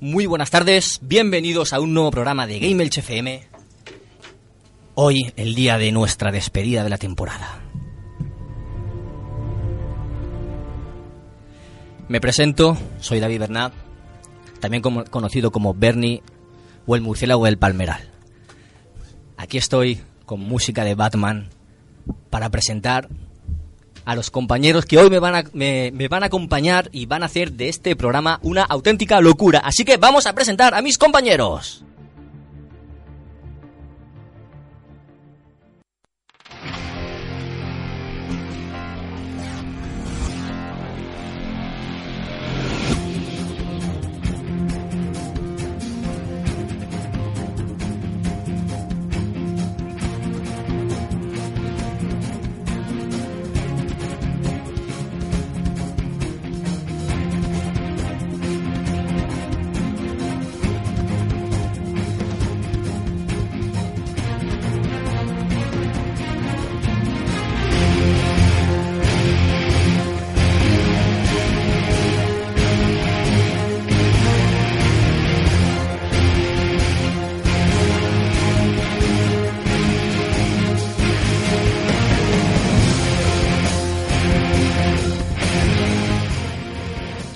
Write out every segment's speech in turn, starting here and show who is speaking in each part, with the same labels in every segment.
Speaker 1: Muy buenas tardes, bienvenidos a un nuevo programa de Game Elche FM. Hoy, el día de nuestra despedida de la temporada. Me presento, soy David Bernat, también como- conocido como Bernie o el murciélago del Palmeral. Aquí estoy con música de Batman para presentar a los compañeros que hoy me van, a, me, me van a acompañar y van a hacer de este programa una auténtica locura. Así que vamos a presentar a mis compañeros.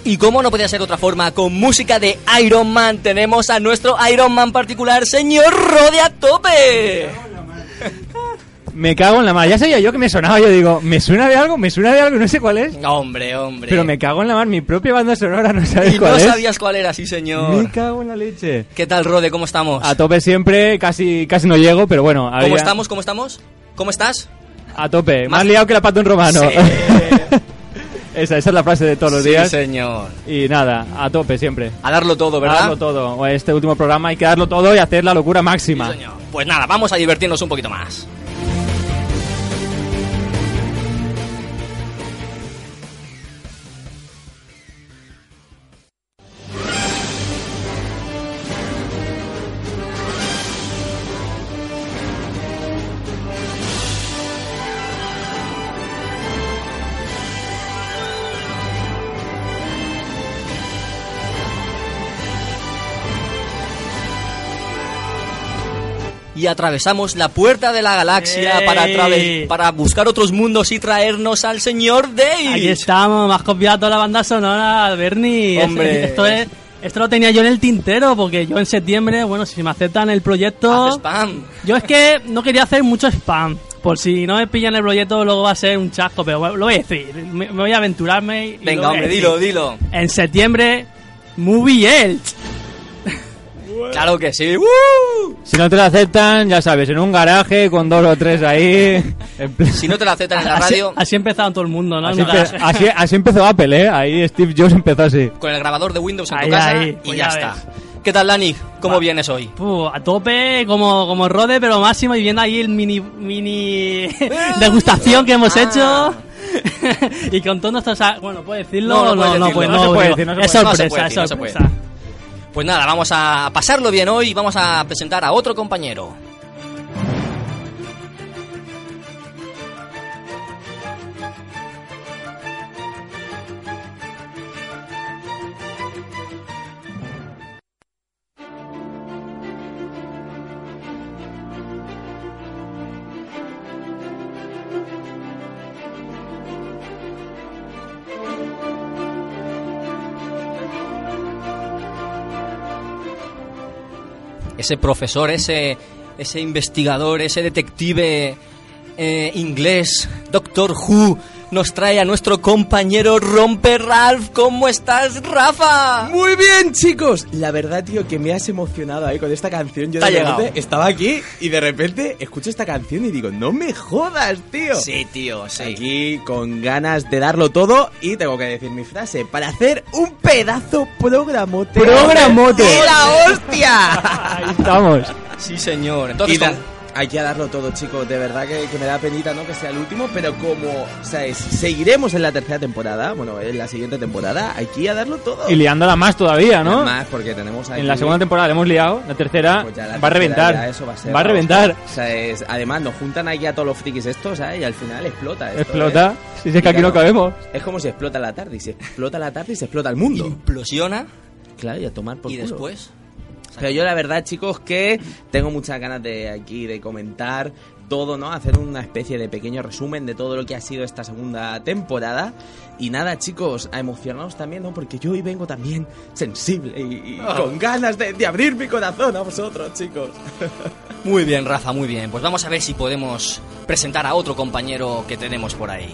Speaker 1: Y como no podía ser de otra forma, con música de Iron Man tenemos a nuestro Iron Man particular, señor Rodea Tope.
Speaker 2: Me cago en la mar. Ya sabía yo que me sonaba. Yo digo, me suena de algo, me suena de algo, no sé cuál es.
Speaker 1: Hombre, hombre.
Speaker 2: Pero me cago en la mar. Mi propia banda sonora no sabes
Speaker 1: y
Speaker 2: cuál
Speaker 1: no
Speaker 2: es.
Speaker 1: sabías cuál era, sí, señor.
Speaker 2: Me cago en la leche.
Speaker 1: ¿Qué tal, Rode? ¿Cómo estamos?
Speaker 2: A tope siempre, casi, casi no llego, pero bueno.
Speaker 1: ¿Cómo
Speaker 2: había-
Speaker 1: estamos? ¿Cómo estamos? ¿Cómo estás?
Speaker 2: A tope. Más,
Speaker 1: Más-
Speaker 2: liado que la pata de un romano.
Speaker 1: Sí.
Speaker 2: esa, esa es la frase de todos los
Speaker 1: sí,
Speaker 2: días.
Speaker 1: señor.
Speaker 2: Y nada, a tope siempre.
Speaker 1: A darlo todo, ¿verdad?
Speaker 2: A darlo todo. Este último programa hay que darlo todo y hacer la locura máxima.
Speaker 1: Sí, señor. Pues nada, vamos a divertirnos un poquito más. y atravesamos la puerta de la galaxia
Speaker 3: ¡Ey!
Speaker 1: para, atrave- para buscar otros mundos y traernos al señor Dave.
Speaker 3: Aquí estamos, me has copiado toda la banda sonora, Bernie.
Speaker 1: Hombre.
Speaker 3: Es- Esto, es, esto lo tenía yo en el tintero, porque yo en septiembre, bueno, si me aceptan el
Speaker 1: Haz
Speaker 3: proyecto.
Speaker 1: spam.
Speaker 3: Yo es que no quería hacer mucho spam. Por si no me pillan el proyecto, luego va a ser un chasco, pero bueno, lo voy a decir. Me, me voy a aventurarme. y lo voy
Speaker 1: Venga,
Speaker 3: a
Speaker 1: hombre,
Speaker 3: decir.
Speaker 1: dilo, dilo.
Speaker 3: En septiembre, Movie Elch.
Speaker 1: Claro que sí. ¡Uh!
Speaker 2: Si no te la aceptan, ya sabes, en un garaje con dos o tres ahí. en plan-
Speaker 1: Si no te la aceptan en la
Speaker 3: Así,
Speaker 1: radio,
Speaker 3: así empezado todo el mundo, ¿no?
Speaker 2: Así,
Speaker 3: Nunca-
Speaker 2: empe- así- así empezó Apple, ¿eh? Ahí Steve Jobs empezó así.
Speaker 1: con el grabador de Windows en tu
Speaker 3: Ahí,
Speaker 1: casa
Speaker 3: ahí,
Speaker 1: y
Speaker 3: pues
Speaker 1: ya,
Speaker 3: ya
Speaker 1: está.
Speaker 3: ves.
Speaker 1: ¿Qué tal, Dani? ¿Cómo vienes hoy?
Speaker 3: Puh, a tope, como, como Rode, pero máximo, y viendo ahí el mini, mini degustación que hemos
Speaker 1: Ah.
Speaker 3: hecho. y con todos nuestros... a- Bueno, ¿puedo decirlo?
Speaker 1: No, no puedes
Speaker 3: pues
Speaker 1: decirlo,
Speaker 2: no se puede
Speaker 3: digo.
Speaker 2: decir, no se
Speaker 3: es
Speaker 2: puede.
Speaker 3: sorpresa,
Speaker 1: No se puede
Speaker 3: es
Speaker 1: decir, no se puede.
Speaker 3: sorpresa.
Speaker 1: Pues nada, vamos a pasarlo bien hoy y vamos a presentar a otro compañero. ese profesor, ese, ese investigador, ese detective eh, inglés, Doctor Who, nos trae a nuestro compañero Romper Ralph. ¿Cómo estás, Rafa?
Speaker 4: Muy bien, chicos. La verdad, tío, que me has emocionado ahí con esta canción. Yo
Speaker 1: Te
Speaker 4: de
Speaker 1: ha
Speaker 4: repente
Speaker 1: llegado.
Speaker 4: estaba aquí y de repente escucho esta canción y digo, no me jodas, tío.
Speaker 1: Sí, tío, sí.
Speaker 4: Aquí con ganas de darlo todo y tengo que decir mi frase para hacer un pedazo programote.
Speaker 2: Programote.
Speaker 4: ¡De la hostia!
Speaker 2: Ahí estamos.
Speaker 1: Sí, señor.
Speaker 4: y
Speaker 1: Entonces,
Speaker 4: da-
Speaker 1: con-
Speaker 4: hay que darlo todo, chicos. De verdad que, que me da penita, ¿no? Que sea el último, pero como, ¿sabes? Seguiremos en la tercera temporada, bueno, en la siguiente temporada, aquí a darlo todo.
Speaker 2: Y liándola más todavía, ¿no?
Speaker 4: Además, porque tenemos aquí-
Speaker 2: En la segunda temporada la hemos liado, la tercera
Speaker 4: Pues ya
Speaker 2: va
Speaker 4: la
Speaker 2: a
Speaker 4: tercera
Speaker 2: reventar.
Speaker 4: ya eso va a ser la
Speaker 2: reventar.
Speaker 4: hostia. O sea, es- además, nos juntan aquí a todos los frikis estos, ¿sabes? Y al final explota. esto,
Speaker 2: Explota.
Speaker 4: ¿eh?
Speaker 2: Si es que aquí no cabemos.
Speaker 4: Es como si explota la tarde, y si explota la tarde y se explota el mundo.
Speaker 1: implosiona
Speaker 4: Claro, y a tomar por
Speaker 1: y
Speaker 4: culo.
Speaker 1: después...
Speaker 4: Pero yo la verdad, chicos, que tengo muchas ganas de aquí de comentar todo, ¿no? Hacer una especie de pequeño resumen de todo lo que ha sido esta segunda temporada. Y nada, chicos, a emocionaros también, ¿no? Porque yo hoy vengo también sensible y,
Speaker 2: Ah.
Speaker 4: y con ganas de, de abrir mi corazón a vosotros, chicos.
Speaker 1: Muy bien, Rafa, muy bien. Pues vamos a ver si podemos presentar a otro compañero que tenemos por ahí.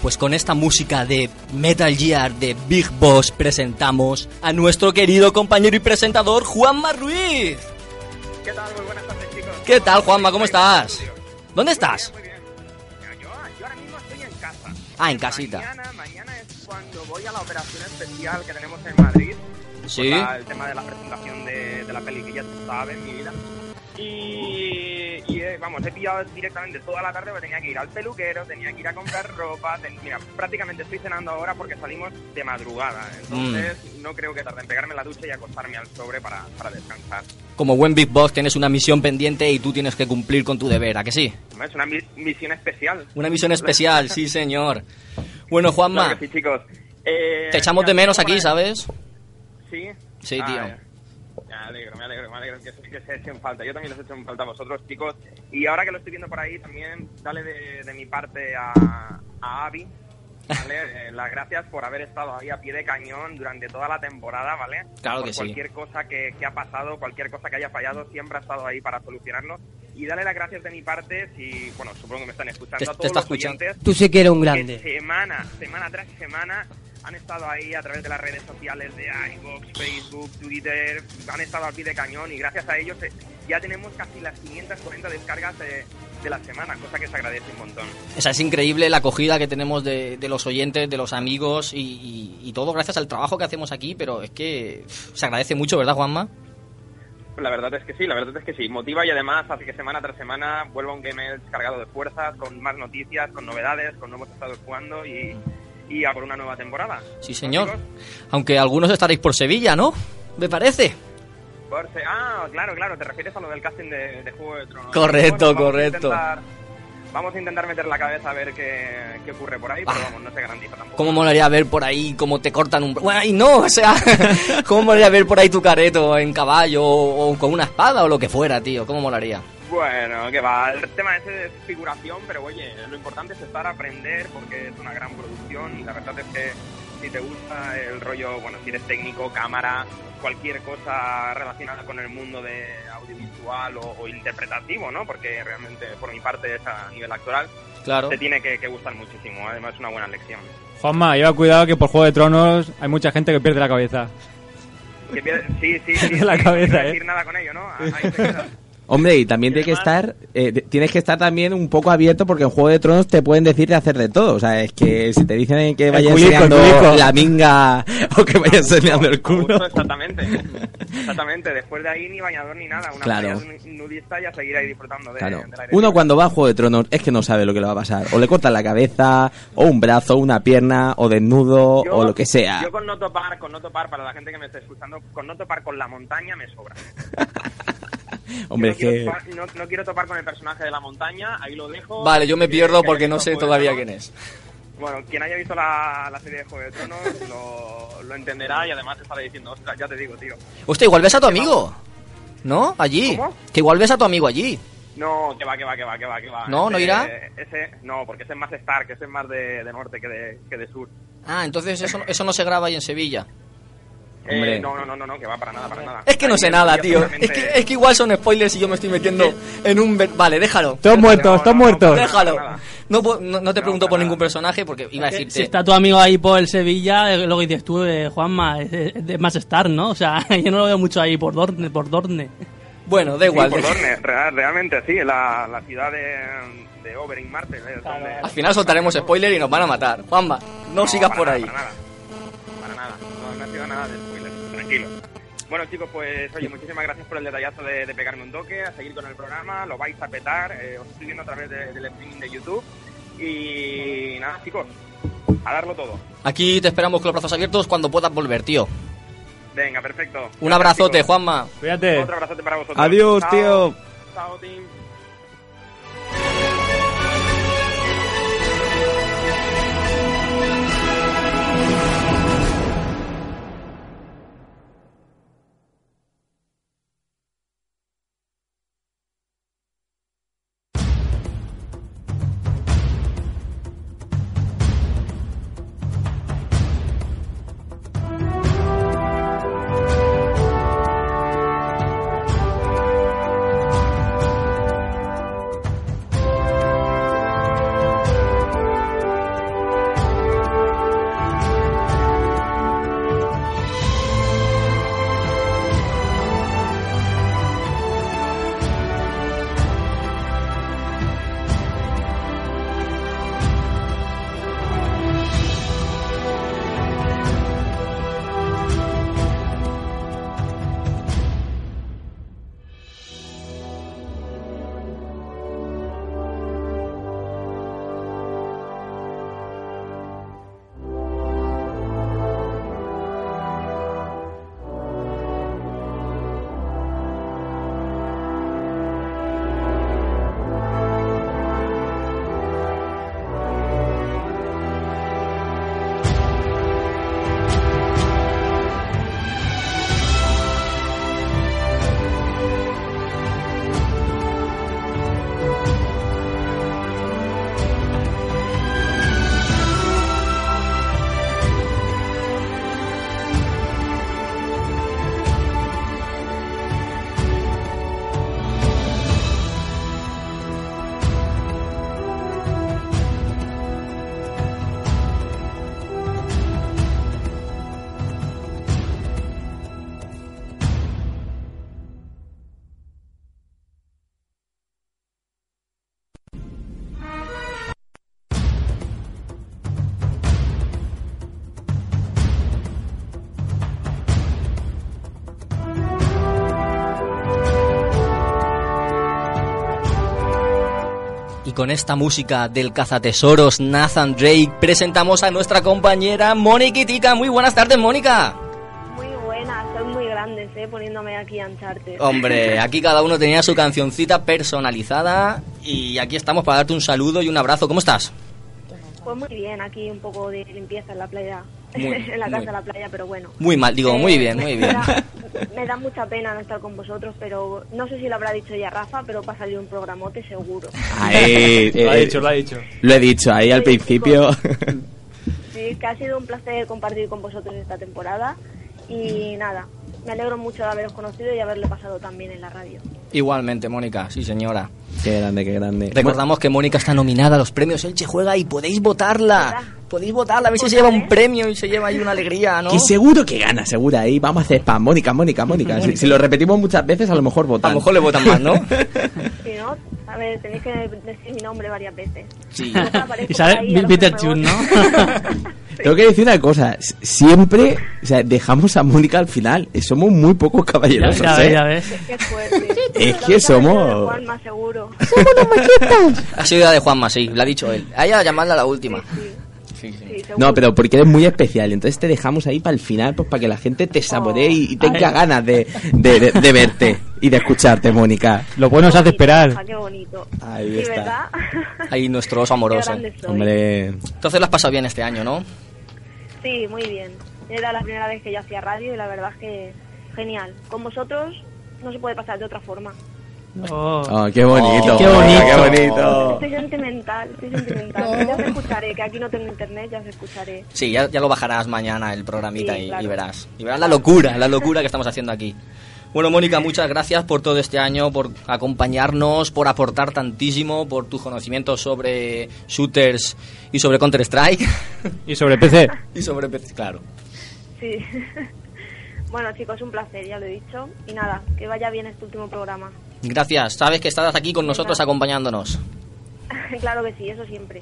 Speaker 1: Pues con esta música de Metal Gear de Big Boss presentamos a nuestro querido compañero y presentador Juanma Ruiz.
Speaker 5: ¿Qué tal? Muy buenas tardes, chicos.
Speaker 1: ¿Qué tal, Juanma? ¿Cómo estás? ¿Dónde estás?
Speaker 5: Muy bien. Yo, yo ahora mismo estoy en casa.
Speaker 1: Ah, en casita.
Speaker 5: Mañana, mañana es cuando voy a la operación especial que tenemos en Madrid.
Speaker 1: Sí.
Speaker 5: Para pues, el tema de la presentación de, de la peli que ya estaba en mi vida. Y, y, eh, vamos, he pillado directamente toda la tarde porque tenía que ir al peluquero, tenía que ir a comprar ropa. ten- mira, prácticamente estoy cenando ahora porque salimos de madrugada. Entonces,
Speaker 1: Mm.
Speaker 5: no creo que tarde en pegarme la ducha y acostarme al sobre para, para descansar.
Speaker 1: Como buen Big Boss tienes una misión pendiente y tú tienes que cumplir con tu deber, ¿a que sí?
Speaker 5: Es una mi- misión especial.
Speaker 1: Una misión especial, sí, señor. Bueno, Juanma,
Speaker 5: Claro que sí, chicos. Eh,
Speaker 1: te echamos
Speaker 5: mira,
Speaker 1: de menos
Speaker 5: ¿cómo
Speaker 1: aquí,
Speaker 5: es?
Speaker 1: ¿sabes?
Speaker 5: Sí.
Speaker 1: Sí,
Speaker 5: Ah,
Speaker 1: tío.
Speaker 5: eh, Me alegro, me alegro, me alegro que, se- que se echen falta. Yo también les echo en falta a vosotros, chicos. Y ahora que lo estoy viendo por ahí, también dale de, de mi parte a, a Abby. ¿vale? Eh, Las gracias por haber estado ahí a pie de cañón durante toda la temporada, ¿vale?
Speaker 1: Claro
Speaker 5: Por
Speaker 1: que sí.
Speaker 5: Cualquier cosa que, que ha pasado, cualquier cosa que haya fallado, siempre ha estado ahí para solucionarlo. Y dale las gracias de mi parte, si, bueno, supongo que me están escuchando
Speaker 1: Te-
Speaker 5: a
Speaker 1: te
Speaker 5: todos
Speaker 1: está
Speaker 5: los
Speaker 1: escuchando.
Speaker 5: oyentes
Speaker 6: Tú sí que eres un
Speaker 5: que
Speaker 6: grande.
Speaker 5: semana, semana tras semana han estado ahí a través de las redes sociales de iVoox, Facebook, Twitter, han estado al pie de cañón y gracias a ellos eh, ya tenemos casi las 540 descargas de, de la semana, cosa que se agradece un montón.
Speaker 1: O sea, es increíble la acogida que tenemos de, de los oyentes, de los amigos y, y- y todo gracias al trabajo que hacemos aquí, pero es que pff, se agradece mucho, ¿verdad, Juanma?
Speaker 5: Pues La verdad es que sí, la verdad es que sí, motiva y además hace que semana tras semana vuelva un Game Edge cargado de fuerzas, con más noticias, con novedades, con nuevos estados jugando y, y a por una nueva temporada.
Speaker 1: Sí,
Speaker 5: ¿No,
Speaker 1: señor.
Speaker 5: chicos?
Speaker 1: Aunque algunos estaréis por Sevilla, ¿no? Me parece.
Speaker 5: Por se- Ah, claro, claro, te refieres a lo del casting de, de Juego de Tronos.
Speaker 1: Correcto,
Speaker 5: vamos a
Speaker 1: correcto.
Speaker 5: intentar- vamos a intentar meter la cabeza a ver qué, qué ocurre por ahí,
Speaker 1: Ah.
Speaker 5: pero vamos, no se garantiza tampoco.
Speaker 1: ¿Cómo molaría ver por ahí cómo te cortan un... ¡Ay, no! O sea, ¿cómo molaría ver por ahí tu careto en caballo o, o con una espada o lo que fuera, tío? ¿Cómo molaría?
Speaker 5: Bueno, que va, el tema ese es figuración, pero oye, lo importante es estar a aprender porque es una gran producción y la verdad es que si te gusta el rollo, bueno, si eres técnico, cámara, cualquier cosa relacionada con el mundo de audiovisual o, o interpretativo, ¿no? Porque realmente por mi parte es a nivel actoral,
Speaker 1: Claro.
Speaker 5: te tiene que, que gustar muchísimo. ¿eh? Además, es una buena lección.
Speaker 2: Juanma, lleva cuidado que por Juego de Tronos hay mucha gente que pierde la cabeza.
Speaker 5: Que pierde- Sí, sí, sí.
Speaker 2: De la
Speaker 5: sí,
Speaker 2: cabeza,
Speaker 5: no
Speaker 2: ¿eh?
Speaker 5: quiero decir nada con ello, ¿no? Ahí te quedas.
Speaker 4: Hombre, y también tienes que estar, eh, te- tienes que estar también un poco abierto porque en Juego de Tronos te pueden decir de hacer de todo. O sea, es que si te dicen que vayas
Speaker 2: culico, el
Speaker 4: enseñando
Speaker 2: culico.
Speaker 4: la minga o que vayas enseñando el culo.
Speaker 5: Justo, exactamente. Exactamente. Después de ahí ni bañador ni nada. Una
Speaker 4: Claro.
Speaker 5: playa nu- nudista ya seguir ahí disfrutando de,
Speaker 4: Claro.
Speaker 5: del aire
Speaker 4: Uno
Speaker 5: libre.
Speaker 4: cuando va a Juego de Tronos es que no sabe lo que le va a pasar. O le cortan la cabeza, o un brazo, una pierna, o desnudo,
Speaker 5: Yo-
Speaker 4: o lo que sea.
Speaker 5: Yo con no topar, con no topar, para la gente que me esté escuchando, con no topar con la montaña me sobra.
Speaker 4: Hombre,
Speaker 5: Yo
Speaker 4: es
Speaker 5: no, quiero
Speaker 4: que...
Speaker 5: topar, no, no quiero topar con el personaje de la montaña, ahí lo dejo.
Speaker 1: Vale, yo me
Speaker 5: Que-
Speaker 1: pierdo
Speaker 5: que
Speaker 1: porque
Speaker 5: haya
Speaker 1: no
Speaker 5: visto
Speaker 1: sé
Speaker 5: Juego de
Speaker 1: todavía
Speaker 5: Tronos.
Speaker 1: quién es.
Speaker 5: Bueno, quien haya visto la, la serie de Juego de Tronos lo, lo entenderá y además estará diciendo, ostras, ya te digo, tío.
Speaker 1: Hostia, igual ves a tu amigo. ¿No? Allí.
Speaker 5: ¿Cómo?
Speaker 1: Que igual ves a tu amigo allí.
Speaker 5: No, que va, que va, que va, que va, que va.
Speaker 1: ¿No? ¿No
Speaker 5: Ese-
Speaker 1: irá?
Speaker 5: Ese, no, porque ese es más Stark, ese es más de, de norte que de, que de sur.
Speaker 1: Ah, entonces eso, eso no se graba ahí en Sevilla.
Speaker 5: Eh,
Speaker 4: Hombre.
Speaker 5: no, no, no, no, no, que va para nada, para nada.
Speaker 1: Es que no
Speaker 5: Ahí
Speaker 1: sé
Speaker 5: es
Speaker 1: nada, tío.
Speaker 5: puramente-
Speaker 1: Es que, es que igual son spoilers y yo me estoy metiendo en un... ver- Vale, déjalo.
Speaker 2: Todos
Speaker 5: No,
Speaker 2: muertos, todos
Speaker 5: no,
Speaker 2: muertos.
Speaker 5: no,
Speaker 1: Déjalo.
Speaker 5: nada.
Speaker 1: No, po- no, no te
Speaker 5: No,
Speaker 1: pregunto por
Speaker 5: nada.
Speaker 1: ningún personaje porque iba a
Speaker 3: Que
Speaker 1: decirte...
Speaker 3: Eh, Si está tu amigo ahí por el Sevilla, eh, lo que dices tú, eh, Juanma, es, es de más estar, ¿no? O sea, yo no lo veo mucho ahí por Dorne. Por Dorne.
Speaker 1: Bueno, da
Speaker 5: Sí,
Speaker 1: igual. ¿eh?
Speaker 5: por Dorne, real- realmente sí, la, la ciudad de, de Oberyn Marte. eh, donde-
Speaker 1: Al final soltaremos spoiler y nos van a matar. Juanma, no, sigas
Speaker 5: para
Speaker 1: por
Speaker 5: nada,
Speaker 1: ahí.
Speaker 5: Para nada, para nada. No, no ha sido nada de spoiler, tranquilo. Bueno chicos, pues oye, muchísimas gracias por el detallazo de, de pegarme un toque, a seguir con el programa, lo vais a petar, eh, os estoy viendo a través de- del streaming de YouTube y nada chicos, a darlo todo.
Speaker 1: Aquí te esperamos con los brazos abiertos cuando puedas volver, tío.
Speaker 5: Venga, perfecto.
Speaker 1: Un abrazote,
Speaker 5: Chicos,
Speaker 1: Juanma.
Speaker 2: Cuídate.
Speaker 5: Otro abrazote para vosotros.
Speaker 4: Adiós,
Speaker 5: Chao.
Speaker 4: tío.
Speaker 5: Chao, team.
Speaker 1: Y con esta música del cazatesoros Nathan Drake presentamos a nuestra compañera Mónica Itica. Muy buenas tardes, Mónica.
Speaker 6: Muy buenas, son muy grandes, ¿eh? Poniéndome aquí a ancharte.
Speaker 1: Hombre, aquí cada uno tenía su cancioncita personalizada y aquí estamos para darte un saludo y un abrazo. ¿Cómo estás?
Speaker 6: Pues muy bien, aquí un poco de limpieza en la playa.
Speaker 1: Muy,
Speaker 6: en la casa
Speaker 1: muy.
Speaker 6: de la playa, pero bueno.
Speaker 1: Muy mal, digo,
Speaker 6: Eh,
Speaker 1: muy bien, muy bien.
Speaker 6: Me da, me da mucha pena no estar con vosotros, pero no sé si lo habrá dicho ya Rafa, pero va a salir un programote seguro.
Speaker 4: Ahí, eh,
Speaker 2: Lo ha
Speaker 4: eh,
Speaker 2: dicho, lo ha dicho.
Speaker 4: lo he dicho ahí al
Speaker 6: Sí,
Speaker 4: principio.
Speaker 6: Sí, que ha sido un placer compartir con vosotros esta temporada y nada, me alegro mucho de haberos conocido y haberlo pasado también en la radio.
Speaker 1: Igualmente, Mónica, sí señora.
Speaker 4: Qué grande, qué grande.
Speaker 1: Recordamos que Mónica está nominada a los premios Elche Juega y podéis votarla. Podéis votarla, a ver si se lleva un premio y se lleva ahí una alegría, ¿no?
Speaker 4: Que seguro que gana, segura ahí. Vamos a hacer spam. Mónica, Mónica, Mónica. Si, si lo repetimos muchas veces, a lo mejor
Speaker 1: A
Speaker 4: votan.
Speaker 1: lo mejor le votan más, ¿no?
Speaker 6: Si no, a ver, tenéis que decir mi nombre varias veces.
Speaker 4: Sí.
Speaker 6: Luego aparezco
Speaker 3: Y sale
Speaker 6: por ahí, a lo
Speaker 3: Peter
Speaker 6: mejor me
Speaker 3: Chun,
Speaker 6: votan.
Speaker 4: Tengo que decir una cosa. S- Siempre o sea, dejamos a Mónica al final. Eh, Somos muy pocos
Speaker 3: Ya,
Speaker 4: caballerosos,
Speaker 3: ya
Speaker 4: ¿eh?
Speaker 3: ves, ya ves.
Speaker 6: Qué fuerte.
Speaker 4: Es
Speaker 6: Pero
Speaker 4: que
Speaker 6: la
Speaker 4: somos-
Speaker 6: Juan más seguro.
Speaker 1: Ha sido la de Juanma, sí, lo ha dicho él. A ella llamarla la última.
Speaker 6: Sí, sí, seguro.
Speaker 4: No, pero porque eres muy especial. Entonces te dejamos ahí para el final, pues para que la gente te saboree y, y tenga
Speaker 3: Ay.
Speaker 4: ganas de, de- de- de verte y de escucharte, Mónica.
Speaker 2: Lo bueno se hace
Speaker 6: Ah,
Speaker 2: esperar.
Speaker 6: qué bonito.
Speaker 4: Ahí
Speaker 6: Sí,
Speaker 4: está.
Speaker 6: ¿verdad?
Speaker 1: Ahí nuestro oso
Speaker 6: Qué
Speaker 1: amoroso.
Speaker 6: grande soy.
Speaker 4: Hombre,
Speaker 1: Entonces lo has pasado bien este año, ¿no?
Speaker 6: Sí, muy bien. Era la primera vez que yo hacía radio y la verdad es que genial. Con vosotros no se puede pasar de otra forma.
Speaker 3: Oh.
Speaker 4: oh, qué bonito.
Speaker 1: Oh,
Speaker 3: qué bonito.
Speaker 4: Qué bonito.
Speaker 6: Estoy sentimental, estoy sentimental. Ya os escucharé, que aquí no tengo internet, ya os escucharé.
Speaker 1: Sí, ya, ya lo bajarás mañana el programita
Speaker 6: Sí,
Speaker 1: y,
Speaker 6: claro.
Speaker 1: y verás. Y verás la locura, la locura que estamos haciendo aquí. Bueno, Mónica, muchas gracias por todo este año, por acompañarnos, por aportar tantísimo, por tus conocimientos sobre shooters y sobre Counter-Strike.
Speaker 2: Y sobre PC.
Speaker 1: y sobre PC, claro.
Speaker 6: Sí. Bueno, chicos, un placer, ya lo he dicho. Y nada, que vaya bien este último programa.
Speaker 1: Gracias, sabes que estás aquí con nosotros acompañándonos.
Speaker 6: claro que sí, eso siempre.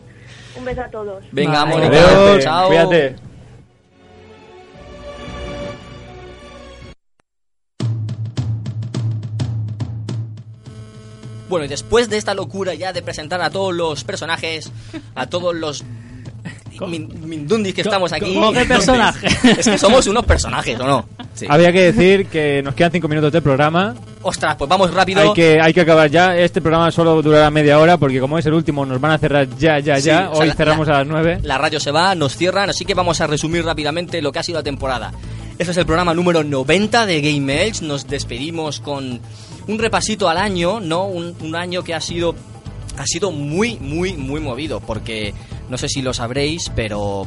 Speaker 6: Un beso a todos.
Speaker 1: Venga,
Speaker 3: Vale.
Speaker 1: Mónica,
Speaker 2: Adiós,
Speaker 1: chao.
Speaker 2: cuídate.
Speaker 1: Bueno, y después de esta locura ya de presentar a todos los personajes, a todos los min- mindundis que
Speaker 3: ¿Cómo-
Speaker 1: estamos aquí.
Speaker 3: cómo qué personaje?
Speaker 1: Es que somos unos personajes, ¿o no?
Speaker 4: Sí.
Speaker 2: Había que decir que nos quedan 5 minutos de programa.
Speaker 1: Ostras, pues vamos rápido.
Speaker 2: Hay que, hay que acabar ya. Este programa solo durará media hora porque como es el último nos van a cerrar ya, ya,
Speaker 1: Sí,
Speaker 2: ya.
Speaker 1: o sea,
Speaker 2: Hoy
Speaker 1: la-
Speaker 2: cerramos a las 9.
Speaker 1: La radio se va, nos cierran, así que vamos a resumir rápidamente lo que ha sido la temporada. Este es el programa número 90 de Game Elch. Nos despedimos con un repasito al año, ¿no? Un, un año que ha sido, ha sido muy, muy, muy movido, porque no sé si lo sabréis, pero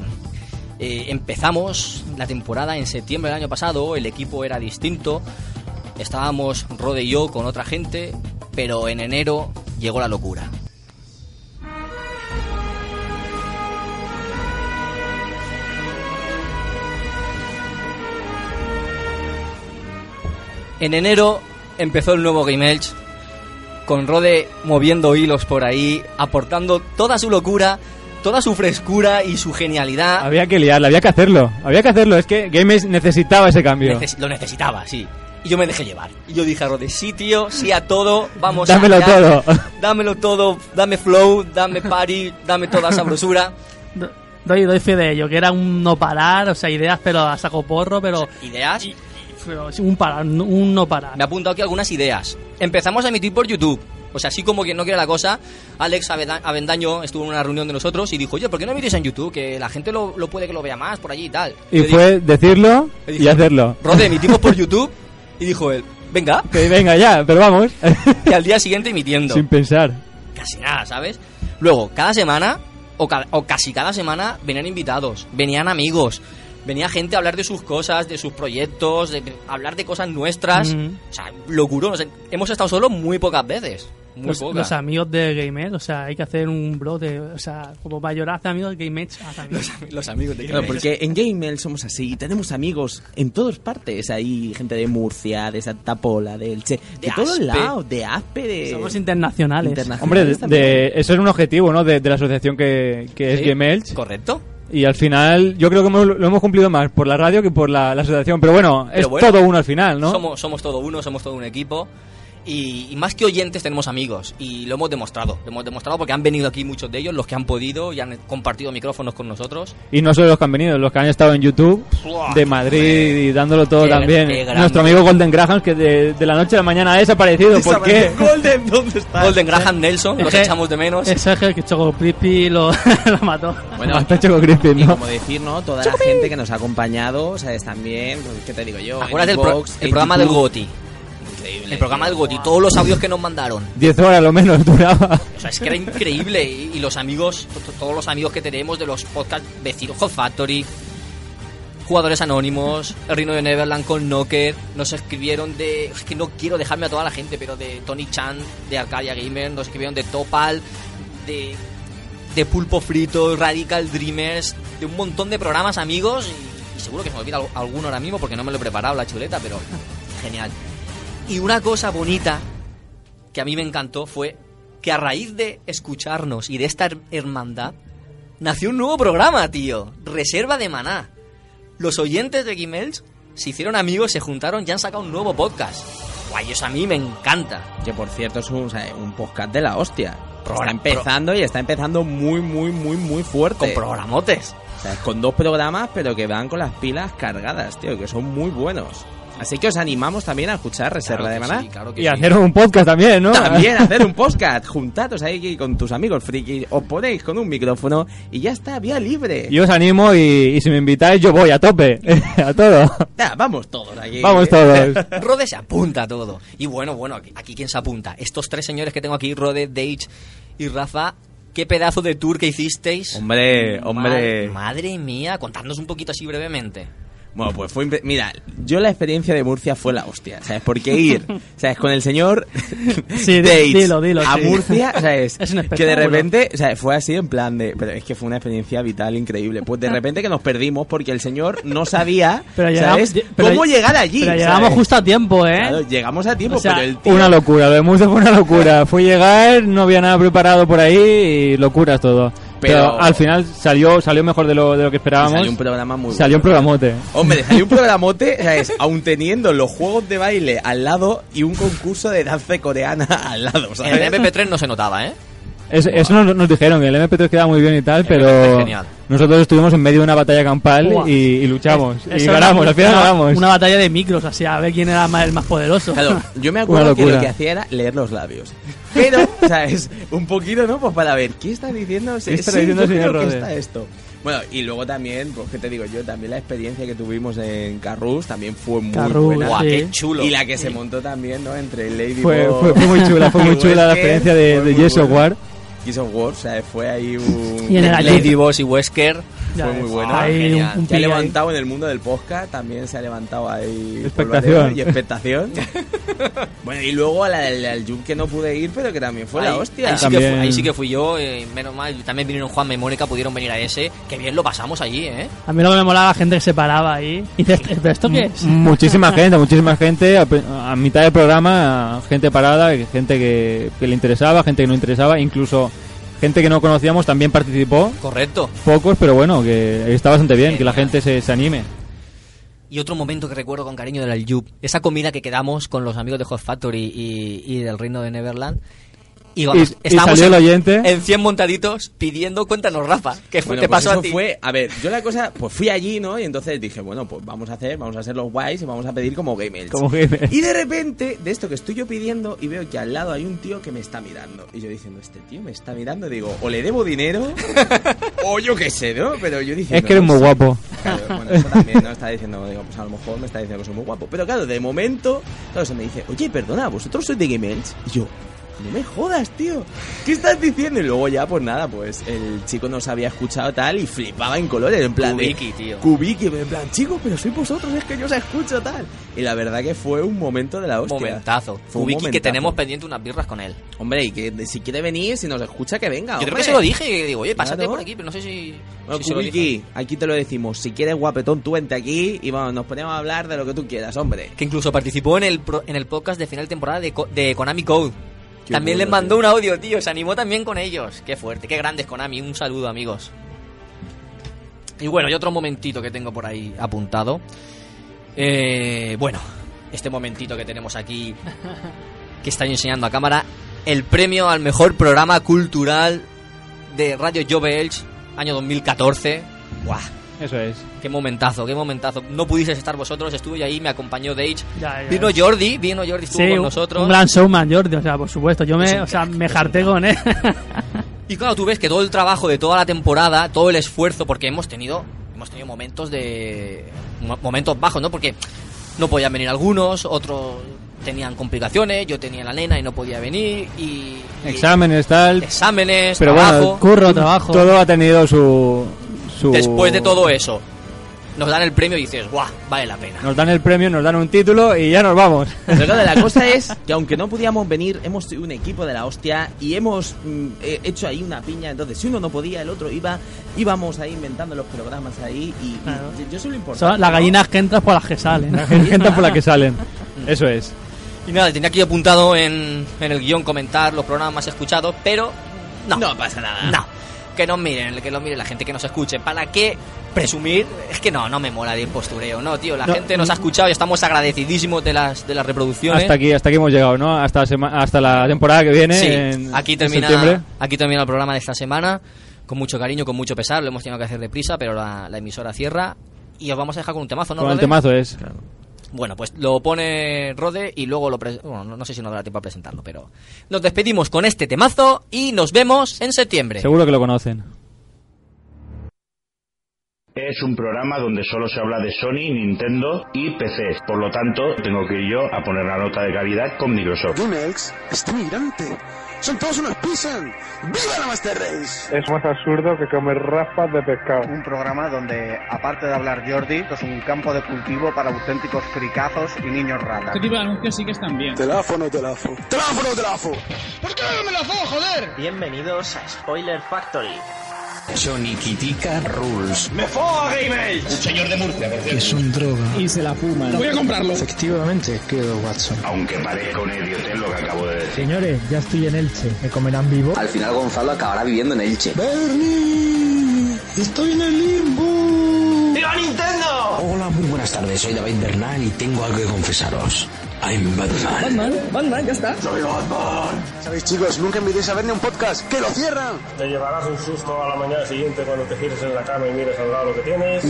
Speaker 1: eh, empezamos la temporada en septiembre del año pasado, el equipo era distinto, estábamos Rode y yo con otra gente, pero en enero llegó la locura. En enero empezó el nuevo Game Elch, con Rode moviendo hilos por ahí, aportando toda su locura, toda su frescura y su genialidad.
Speaker 2: Había que liarla, había que hacerlo. Había que hacerlo. Es que Games necesitaba ese cambio.
Speaker 1: Neces- lo necesitaba, sí. Y yo me dejé llevar. Y yo dije a Rode, sí, tío, sí a todo, vamos a
Speaker 2: Dámelo
Speaker 1: allá.
Speaker 2: todo.
Speaker 1: Dámelo todo, dame flow, dame party, dame toda esa brosura.
Speaker 3: Do- Doy, doy fe de ello, que era un no parar, o sea, ideas, pero a saco porro, pero,
Speaker 1: Ideas.
Speaker 3: pero sí, un parar, no- un no parar.
Speaker 1: Me ha apuntado aquí algunas ideas. Empezamos a emitir por YouTube. O sea, así como que no quiere la cosa, Alex Aveda- Avendaño estuvo en una reunión de nosotros y dijo, oye, ¿por qué no emitís en YouTube? Que la gente lo, lo puede que lo vea más por allí y tal.
Speaker 2: Y
Speaker 1: Yo
Speaker 2: fue decirlo
Speaker 1: le
Speaker 2: y
Speaker 1: dije,
Speaker 2: hacerlo.
Speaker 1: dije, Rode, emitimos por YouTube. Y dijo él, venga.
Speaker 2: Que venga ya, pero vamos.
Speaker 1: Y al día siguiente emitiendo.
Speaker 2: Sin pensar.
Speaker 1: Casi nada, ¿sabes? Luego, cada semana, o, ca- o casi cada semana, venían invitados, venían amigos, venía gente a hablar de sus cosas, de sus proyectos, de, de hablar de cosas nuestras.
Speaker 3: Mm.
Speaker 1: O sea, locuro. no sé, hemos estado solos muy pocas veces. Muy
Speaker 3: los,
Speaker 1: pocas.
Speaker 3: los amigos de Gamer, o sea, hay que hacer un blog de, o sea, como mayoraz de amigos de Gamer. ah, también.
Speaker 1: Los amigos de
Speaker 4: Claro, porque en Gamel somos así, tenemos amigos en todas partes. Hay gente de Murcia, de Santa Pola, de Elche, de,
Speaker 1: De
Speaker 4: todos
Speaker 1: Aspe.
Speaker 4: lados, de Aspe, de.
Speaker 3: Somos internacionales.
Speaker 4: internacionales
Speaker 2: Hombre, de,
Speaker 4: también.
Speaker 2: de- eso era un objetivo, ¿no? De, de la asociación que, que es
Speaker 1: Sí,
Speaker 2: Game Elch.
Speaker 1: Correcto.
Speaker 2: Y al final, yo creo que hemos- lo hemos cumplido más por la radio que por la, la asociación. Pero bueno,
Speaker 1: Pero
Speaker 2: es
Speaker 1: bueno,
Speaker 2: todo uno al final, ¿no?
Speaker 1: Somos, somos todo uno, somos todo un equipo. Y, y más que oyentes tenemos amigos y lo hemos demostrado, lo hemos demostrado porque han venido aquí muchos de ellos, los que han podido y han compartido micrófonos con nosotros.
Speaker 2: Y no solo los que han venido, los que han estado en YouTube de Madrid y dándolo todo
Speaker 1: Qué-
Speaker 2: también.
Speaker 1: qué grande.
Speaker 2: Nuestro amigo Golden Graham, que de, de la noche a la mañana ha desaparecido. ¿Por qué?
Speaker 4: Golden, ¿dónde está?
Speaker 1: Golden Graham Nelson, los
Speaker 3: Ese-
Speaker 1: echamos de menos.
Speaker 3: Ese es el que Choco Crispy lo, lo mató.
Speaker 4: Bueno,
Speaker 2: Hasta Choco Crispin,
Speaker 4: y
Speaker 2: ¿no?
Speaker 4: como decir, ¿no? Toda la gente que nos ha acompañado, ¿sabes? También, pues, ¿qué te digo yo?
Speaker 1: ¿Te acuerdas del
Speaker 4: En
Speaker 1: pro-
Speaker 4: Vox,
Speaker 1: el
Speaker 4: en
Speaker 1: programa del
Speaker 4: YouTube.
Speaker 1: Goti?
Speaker 4: Increíble.
Speaker 1: El programa del
Speaker 4: tío.
Speaker 1: Goti, todos los audios que nos mandaron.
Speaker 2: Diez horas lo menos duraba.
Speaker 1: O sea, es que era increíble. Y, y los amigos, to- to- todos los amigos que tenemos de los podcasts vecinos Hot Factory, Jugadores anónimos, el Reino de Neverland con Knocker, nos escribieron de. Es que no quiero dejarme a toda la gente, pero de Tony Chan, de Arcadia Gamer, nos escribieron de Topal, de. de Pulpo Frito, Radical Dreamers, de un montón de programas amigos y, y seguro que se me olvida al- alguno ahora mismo porque no me lo he preparado la chuleta, pero genial. Y una cosa bonita que a mí me encantó fue que a raíz de escucharnos y de esta her- hermandad, nació un nuevo programa, tío. Reserva de Maná. Los oyentes de Gimels se hicieron amigos, se juntaron y han sacado un nuevo podcast. Guay, eso a mí me encanta.
Speaker 4: Que por cierto es un, o sea, un podcast de la hostia.
Speaker 1: Pro-
Speaker 4: está empezando y está empezando muy, muy, muy, muy fuerte.
Speaker 1: Con programotes.
Speaker 4: O sea, con dos programas, pero que van con las pilas cargadas, tío, que son muy buenos. Así que os animamos también a escuchar Reserva
Speaker 1: Claro
Speaker 4: de
Speaker 1: que
Speaker 4: Maná.
Speaker 1: sí, claro que
Speaker 2: Y
Speaker 1: sí.
Speaker 2: hacer un podcast también, ¿no?
Speaker 4: También hacer un podcast, juntados ahí con tus amigos friki, os ponéis con un micrófono y ya está, vía libre.
Speaker 2: Yo os animo y, y si me invitáis yo voy a tope, a todo.
Speaker 4: Ya, vamos todos aquí.
Speaker 2: Vamos todos.
Speaker 1: Rode se apunta a todo. Y bueno, bueno, aquí, aquí quién se apunta. Estos tres señores que tengo aquí, Rode, Dage y Rafa, qué pedazo de tour que hicisteis.
Speaker 4: Hombre,
Speaker 1: Ma-
Speaker 4: hombre.
Speaker 1: madre mía, contadnos un poquito así brevemente.
Speaker 4: Bueno, pues fue... impre- Mira, yo la experiencia de Murcia fue la hostia, ¿sabes? Porque ir, ¿sabes? Con el señor
Speaker 3: Sí, di-
Speaker 4: Dates
Speaker 3: dilo, dilo,
Speaker 4: a
Speaker 3: sí.
Speaker 4: Murcia, ¿sabes?
Speaker 3: Es un
Speaker 4: que de
Speaker 3: espectáculo.
Speaker 4: repente, ¿sabes? Fue así en plan de... Pero es que fue una experiencia vital increíble. Pues de repente que nos perdimos porque el señor no sabía,
Speaker 3: Pero llegamos-
Speaker 4: ¿sabes?
Speaker 3: lle- pero-
Speaker 4: ¿Cómo llegar allí?
Speaker 3: Pero
Speaker 4: ¿sabes?
Speaker 3: llegamos justo a tiempo, ¿eh?
Speaker 4: Claro, llegamos a tiempo,
Speaker 3: O sea,
Speaker 4: pero el tío...
Speaker 2: Una locura, lo de Murcia fue una locura. Fui a llegar, no había nada preparado por ahí y locuras todo. Pero,
Speaker 4: Pero-
Speaker 2: al final salió salió mejor de lo, de lo que esperábamos.
Speaker 4: Salió un programa muy
Speaker 2: Salió un
Speaker 4: bueno.
Speaker 2: programote.
Speaker 4: Hombre, hay un programote, ¿sabes? Aún teniendo los juegos de baile al lado y un concurso de danza coreana al lado,
Speaker 1: En el
Speaker 4: ¿sabes?
Speaker 1: MP3 no se notaba, ¿eh?
Speaker 2: Es- eso nos, nos dijeron, que el MP3 quedaba muy bien y tal,
Speaker 1: MP3
Speaker 2: pero
Speaker 1: genial.
Speaker 2: nosotros estuvimos en medio de una batalla campal
Speaker 3: Buah.
Speaker 2: y, y luchamos.
Speaker 3: Eso
Speaker 2: y
Speaker 3: era
Speaker 2: ganamos,
Speaker 3: una-
Speaker 2: al final
Speaker 3: una-
Speaker 2: ganamos.
Speaker 3: Una batalla de micros, así, a ver quién era más- el más poderoso.
Speaker 4: Claro, yo me
Speaker 2: Una
Speaker 4: acuerdo que lo
Speaker 2: locura.
Speaker 4: que hacía era leer los labios. Pero, ¿sabes? Un poquito, ¿no? Pues para ver, ¿qué está diciendo?
Speaker 2: ¿Qué está diciendo
Speaker 4: yo
Speaker 2: el señor
Speaker 4: creo que
Speaker 2: Rode?
Speaker 4: está esto. Bueno, y luego también, pues que te digo yo, también la experiencia que tuvimos en Carrus también fue muy
Speaker 3: Carrús,
Speaker 4: buena.
Speaker 1: Guau,
Speaker 3: sí.
Speaker 1: qué chulo.
Speaker 4: Y la que se montó también, ¿no? Entre Lady
Speaker 2: Fue, fue, fue muy chula, fue muy chula la experiencia de, de Yes of War.
Speaker 4: Gears of War, o sea, fue ahí un...
Speaker 3: Y en el
Speaker 1: Lady Boss y Wesker.
Speaker 3: Ya
Speaker 4: fue muy
Speaker 3: ves.
Speaker 4: buena.
Speaker 3: Ahí un,
Speaker 1: Genial.
Speaker 3: un
Speaker 4: Se ha
Speaker 3: pick ahí.
Speaker 4: levantado en el mundo del podcast, también se ha levantado ahí
Speaker 2: Expectación.
Speaker 4: polvareda y expectación. bueno, y luego a la del al Jun que no pude ir, pero que también fue la
Speaker 1: Ahí-
Speaker 4: hostia.
Speaker 1: Ahí sí, que
Speaker 2: También.
Speaker 1: fu- ahí sí que fui yo, eh, menos mal. También vinieron Juanma y Mónica, pudieron venir a ese. Qué bien lo pasamos allí, ¿eh?
Speaker 3: A mí lo que me molaba la gente que se paraba ahí. Y dices, ¿pero esto qué es?
Speaker 2: Muchísima gente, muchísima gente. A, pri- a mitad del programa, gente parada, gente que, que le interesaba, gente que no interesaba, incluso gente que no conocíamos también participó.
Speaker 1: Correcto.
Speaker 2: Pocos, pero bueno, que está bastante bien, que la
Speaker 1: Genial.
Speaker 2: gente se, se anime.
Speaker 1: Y otro momento que recuerdo con cariño del Aljub, esa comida que quedamos con los amigos de Hot Factory y, y del Reino de Neverland. Y, vamos,
Speaker 2: y salió el oyente.
Speaker 1: en 100 montaditos pidiendo, cuéntanos, Rafa, que fue,
Speaker 4: Bueno,
Speaker 1: te
Speaker 4: pues
Speaker 1: pasó
Speaker 4: eso
Speaker 1: a ti.
Speaker 4: fue, a ver, yo la cosa, pues fui allí, ¿no? Y entonces dije, bueno, pues vamos a hacer, vamos a hacer los guays y vamos a pedir como gamers.
Speaker 2: Como gamers.
Speaker 4: Y de repente, de esto que estoy yo pidiendo, y veo que al lado hay un tío que me está mirando. Y yo diciendo, este tío me está mirando, digo, o le debo dinero, o yo qué sé, ¿no? Pero yo diciendo...
Speaker 2: Es que eres
Speaker 4: no
Speaker 2: muy
Speaker 4: sé.
Speaker 2: guapo.
Speaker 4: Claro, bueno, eso también no está diciendo, digo, pues a lo mejor me está diciendo que soy muy guapo. Pero claro, de momento, claro, se me dice, oye, perdona, vosotros sois de Game Edge. Y yo, no me jodas, tío. ¿Qué estás diciendo? Y luego ya, pues nada, pues el chico nos había escuchado tal y flipaba en colores, en plan de-
Speaker 1: Kubiki, tío.
Speaker 4: Kubiki, en plan, chicos, pero sois vosotros, es que yo os escucho tal. Y la verdad que fue un momento de la hostia.
Speaker 1: Momentazo.
Speaker 4: Fue un
Speaker 1: Kubiki, que
Speaker 4: momentazo.
Speaker 1: tenemos pendiente unas birras con él.
Speaker 4: Hombre, y que de- si quiere venir, si nos escucha, que venga.
Speaker 1: Yo creo
Speaker 4: hombre.
Speaker 1: que se lo dije, que digo, oye, pásate
Speaker 4: Claro.
Speaker 1: por aquí, pero no sé si.
Speaker 4: Bueno,
Speaker 1: si se lo dije.
Speaker 4: Kubiki, aquí te lo decimos. Si quieres guapetón, tú vente aquí y vamos, nos ponemos a hablar de lo que tú quieras, hombre.
Speaker 1: que incluso participó en el, pro- en el podcast de final de temporada de, Co- de Konami Code.
Speaker 4: Qué
Speaker 1: también
Speaker 4: bueno,
Speaker 1: les mandó
Speaker 4: tío.
Speaker 1: un audio, tío. Se animó también con ellos. Qué fuerte, qué grandes Konami. Un saludo, amigos. Y bueno, y otro momentito que tengo por ahí apuntado. Eh, bueno, este momentito que tenemos aquí, que estoy enseñando a cámara, el premio al mejor programa cultural de Radio Jove Elch, año 2014. ¡Buah!
Speaker 2: Eso es.
Speaker 1: Qué momentazo, qué momentazo. No pudisteis estar vosotros, estuve yo ahí, me acompañó Dage,
Speaker 3: Ya, ya
Speaker 1: Vino
Speaker 3: ves.
Speaker 1: Jordi, vino Jordi, estuvo
Speaker 3: Sí,
Speaker 1: con
Speaker 3: un-
Speaker 1: nosotros.
Speaker 3: un gran showman, Jordi, o sea, por supuesto. Yo
Speaker 1: Es
Speaker 3: me,
Speaker 1: un
Speaker 3: o sea,
Speaker 1: crack,
Speaker 3: me
Speaker 1: es un
Speaker 3: jarté
Speaker 1: crack.
Speaker 3: con él.
Speaker 1: Y claro, tú ves que todo el trabajo de toda la temporada, todo el esfuerzo, porque hemos tenido, hemos tenido momentos de. mo- momentos bajos, ¿no? Porque no podían venir algunos, otros tenían complicaciones, yo tenía la nena y no podía venir, y. y
Speaker 2: Exámenes, tal.
Speaker 1: Exámenes,
Speaker 2: Pero
Speaker 1: trabajo.
Speaker 2: bueno,
Speaker 3: curro, trabajo.
Speaker 2: Todo ha tenido su. su-
Speaker 1: Después de todo eso, nos dan el premio y dices, guau, vale la pena.
Speaker 2: Nos dan el premio, nos dan un título y ya nos vamos.
Speaker 4: Pero claro, la cosa es que aunque no podíamos venir, hemos sido un equipo de la hostia y hemos mm, eh, hecho ahí una piña. Entonces, si uno no podía, el otro iba. Íbamos ahí inventando los programas ahí y, y
Speaker 3: Claro.
Speaker 4: yo soy lo importante.
Speaker 3: Son las
Speaker 4: ¿no?
Speaker 3: gallinas que entras por las que salen.
Speaker 2: Gente por la que salen.
Speaker 7: Mm.
Speaker 2: Eso es.
Speaker 1: Y nada, tenía aquí apuntado en, en el guión comentar los programas más escuchados, pero no.
Speaker 4: No pasa nada.
Speaker 1: No. Que nos miren, que nos mire la gente que nos escuche. ¿Para qué presumir? Es que no, no me mola de impostureo. No, tío, la
Speaker 2: No,
Speaker 1: gente nos ha escuchado y estamos agradecidísimos de las, de las reproducciones.
Speaker 2: Hasta aquí, hasta aquí hemos llegado, ¿no? Hasta, la sema- hasta la temporada que viene.
Speaker 1: Sí,
Speaker 2: en-
Speaker 1: aquí
Speaker 2: en septiembre.
Speaker 1: termina, aquí termina el programa de esta semana. Con mucho cariño, con mucho pesar. Lo hemos tenido que hacer deprisa, pero la, la emisora cierra. Y os vamos a dejar con un temazo, ¿no?
Speaker 2: Con el
Speaker 1: Rode?
Speaker 2: temazo eh. es.
Speaker 1: Bueno, pues lo pone Rode y luego lo... pre- Bueno, no, no sé si nos dará tiempo a presentarlo, pero... Nos despedimos con este temazo y nos vemos en septiembre.
Speaker 2: Seguro que lo conocen.
Speaker 8: Es un programa donde solo se habla de Sony, Nintendo y PC. Por lo tanto, tengo que ir yo a poner la nota de calidad con Microsoft.
Speaker 9: Lunex está migrante. Son todos unos pisan. ¡Viva la Master Race!
Speaker 10: Es más absurdo que comer raspas de pescado.
Speaker 7: Un programa donde, aparte de hablar Jordi, esto es un campo de cultivo para auténticos fricazos y niños
Speaker 10: Este
Speaker 7: ratas.
Speaker 9: Teléfono, teléfono. Teléfono, teléfono.
Speaker 7: Bienvenidos a Spoiler Factory.
Speaker 11: Soniquitica Rules.
Speaker 9: ¡Me
Speaker 5: ¡Oh,
Speaker 9: foga, Gamel!
Speaker 8: Aunque parezca un idiotez lo que acabo de decir.
Speaker 10: Señores, ya estoy en Elche. ¿Me comerán vivo?
Speaker 7: Al final Gonzalo acabará viviendo en Elche.
Speaker 9: ¡Bernie! ¡Estoy en el limbo! ¡Viva Nintendo!
Speaker 11: Hola, muy buenas tardes. Soy David Bernal y tengo algo que confesaros. I'm Batman.
Speaker 9: ¡Soy Batman! ¿Sabéis, chicos? Nunca invitéis a verme un podcast. ¡Que lo cierran!
Speaker 10: Te llevarás un susto a la mañana siguiente cuando te gires en la cama y mires al lado lo que tienes.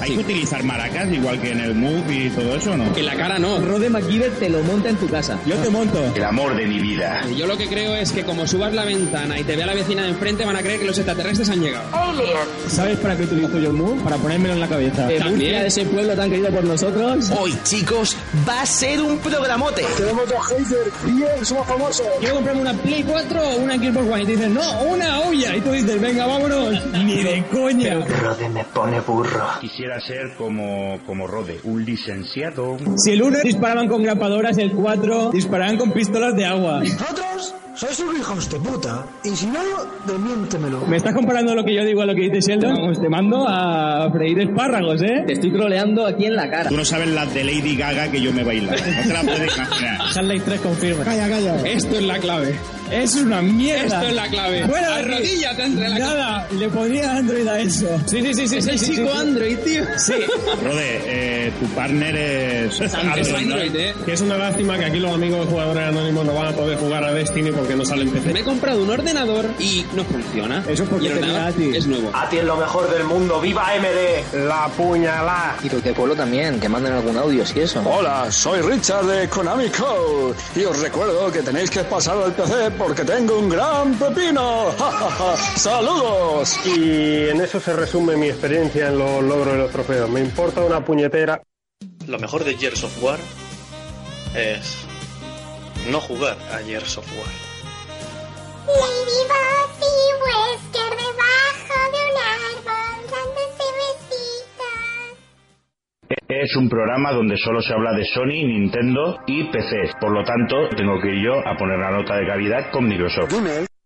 Speaker 8: Hay que utilizar maracas igual que en el Move y todo eso, ¿no?
Speaker 7: En la cara no. Rode McGibber te lo monta en tu casa. Yo te monto.
Speaker 8: El amor de mi vida.
Speaker 7: Yo lo que creo es que como subas la ventana y te vea la vecina de enfrente van a creer que los extraterrestres han llegado.
Speaker 2: ¿Sabes para qué utilizo yo el move? Para ponérmelo en la cabeza.
Speaker 7: Mira de ese pueblo tan querido por nosotros.
Speaker 4: Eh, Hoy, chicos, va a ser un programote.
Speaker 9: ¡Tenemos dos haters! ¡Bien! ¡Somos famosos!
Speaker 7: Quiero comprarme una Play 4 o una Xbox One y te dicen, no, una olla. Y tú dices, venga, vámonos. Ni de coña.
Speaker 8: Quisiera ser como, como Rode, un licenciado.
Speaker 7: Si el 1 disparaban con grapadoras, el 4 disparaban con pistolas de agua.
Speaker 9: ¡Vosotros sois unos hijos de puta! Y si no, desmiéntemelo.
Speaker 7: ¿Me estás comparando lo que yo digo a lo que dice Sheldon? Pues te mando a freír espárragos, ¿eh? Te estoy troleando aquí en la cara.
Speaker 8: no sabes las de Lady Gaga que yo me baila. No te las puedes imaginar.
Speaker 7: Half-Life 3 confirma. Calla, calla. Esto es la clave. Es una mierda. Esto es la clave. Bueno, arrodíllate entre la Nada, le podría Android a eso. Sí, sí, sí, sí. Es el chico Android, tío. Sí.
Speaker 8: Rode, eh, tu partner es...
Speaker 7: ¿eh?
Speaker 10: Que es una lástima que aquí los amigos jugadores anónimos no van a poder jugar a Destiny porque no salen PC.
Speaker 7: Me he comprado un ordenador y no funciona.
Speaker 2: Eso es porque
Speaker 7: Y el
Speaker 2: te
Speaker 7: ordenador
Speaker 2: mira a ti.
Speaker 7: Es nuevo.
Speaker 9: ATI es lo mejor del mundo, viva MD. La puñalada.
Speaker 7: Y los de pueblo también, que manden algún audio, si eso.
Speaker 9: Hola, soy Richard de Konami Code y os recuerdo que tenéis que pasar al PC porque tengo un gran pepino. ¡Ja, ja, ja! Saludos.
Speaker 10: Y en eso se resume mi experiencia en los logros de los trofeos. Me importa una puñetera.
Speaker 7: Lo mejor de Gears of War es no jugar a Gears of War.
Speaker 8: Es un programa donde solo se habla de Sony, Nintendo y PC. Por lo tanto, tengo que ir yo a poner la nota de calidad con Microsoft.
Speaker 9: Dime.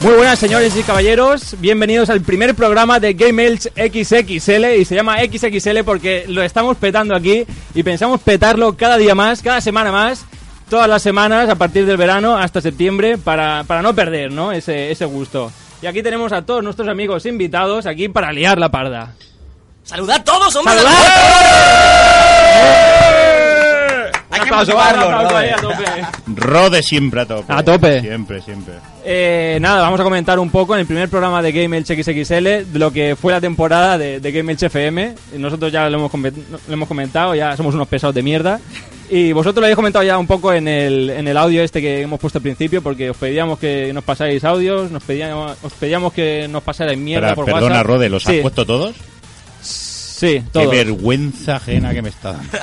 Speaker 2: Muy buenas señores y caballeros, bienvenidos al primer programa de Game Elch XXL y se llama XXL porque lo estamos petando aquí y pensamos petarlo cada día más, cada semana más, todas las semanas a partir del verano hasta septiembre para, para no perder ¿no? Ese, ese gusto. Y aquí tenemos a todos nuestros amigos invitados aquí para liar la parda.
Speaker 1: ¡Saludad todos, hombre!
Speaker 9: ¡Eh!
Speaker 2: Hay que motivarlos, Rode.
Speaker 8: Rode siempre a tope.
Speaker 12: A tope.
Speaker 8: Siempre, siempre.
Speaker 2: Eh, nada, vamos a comentar un poco en el primer programa de Game Elche XXL de lo que fue la temporada de, de Game Elche FM. Nosotros ya lo hemos, come- lo hemos comentado, ya somos unos pesados de mierda. Y vosotros lo habéis comentado ya un poco en el, en el audio este que hemos puesto al principio, porque os pedíamos que nos pasáis audios, nos pedíamos, os pedíamos que nos pasáis mierda
Speaker 8: Espera,
Speaker 2: por
Speaker 8: perdona,
Speaker 2: WhatsApp.
Speaker 8: Rode, ¿los has
Speaker 2: Sí,
Speaker 8: puesto todos?
Speaker 2: Sí, todos.
Speaker 8: Qué vergüenza ajena que me está dando.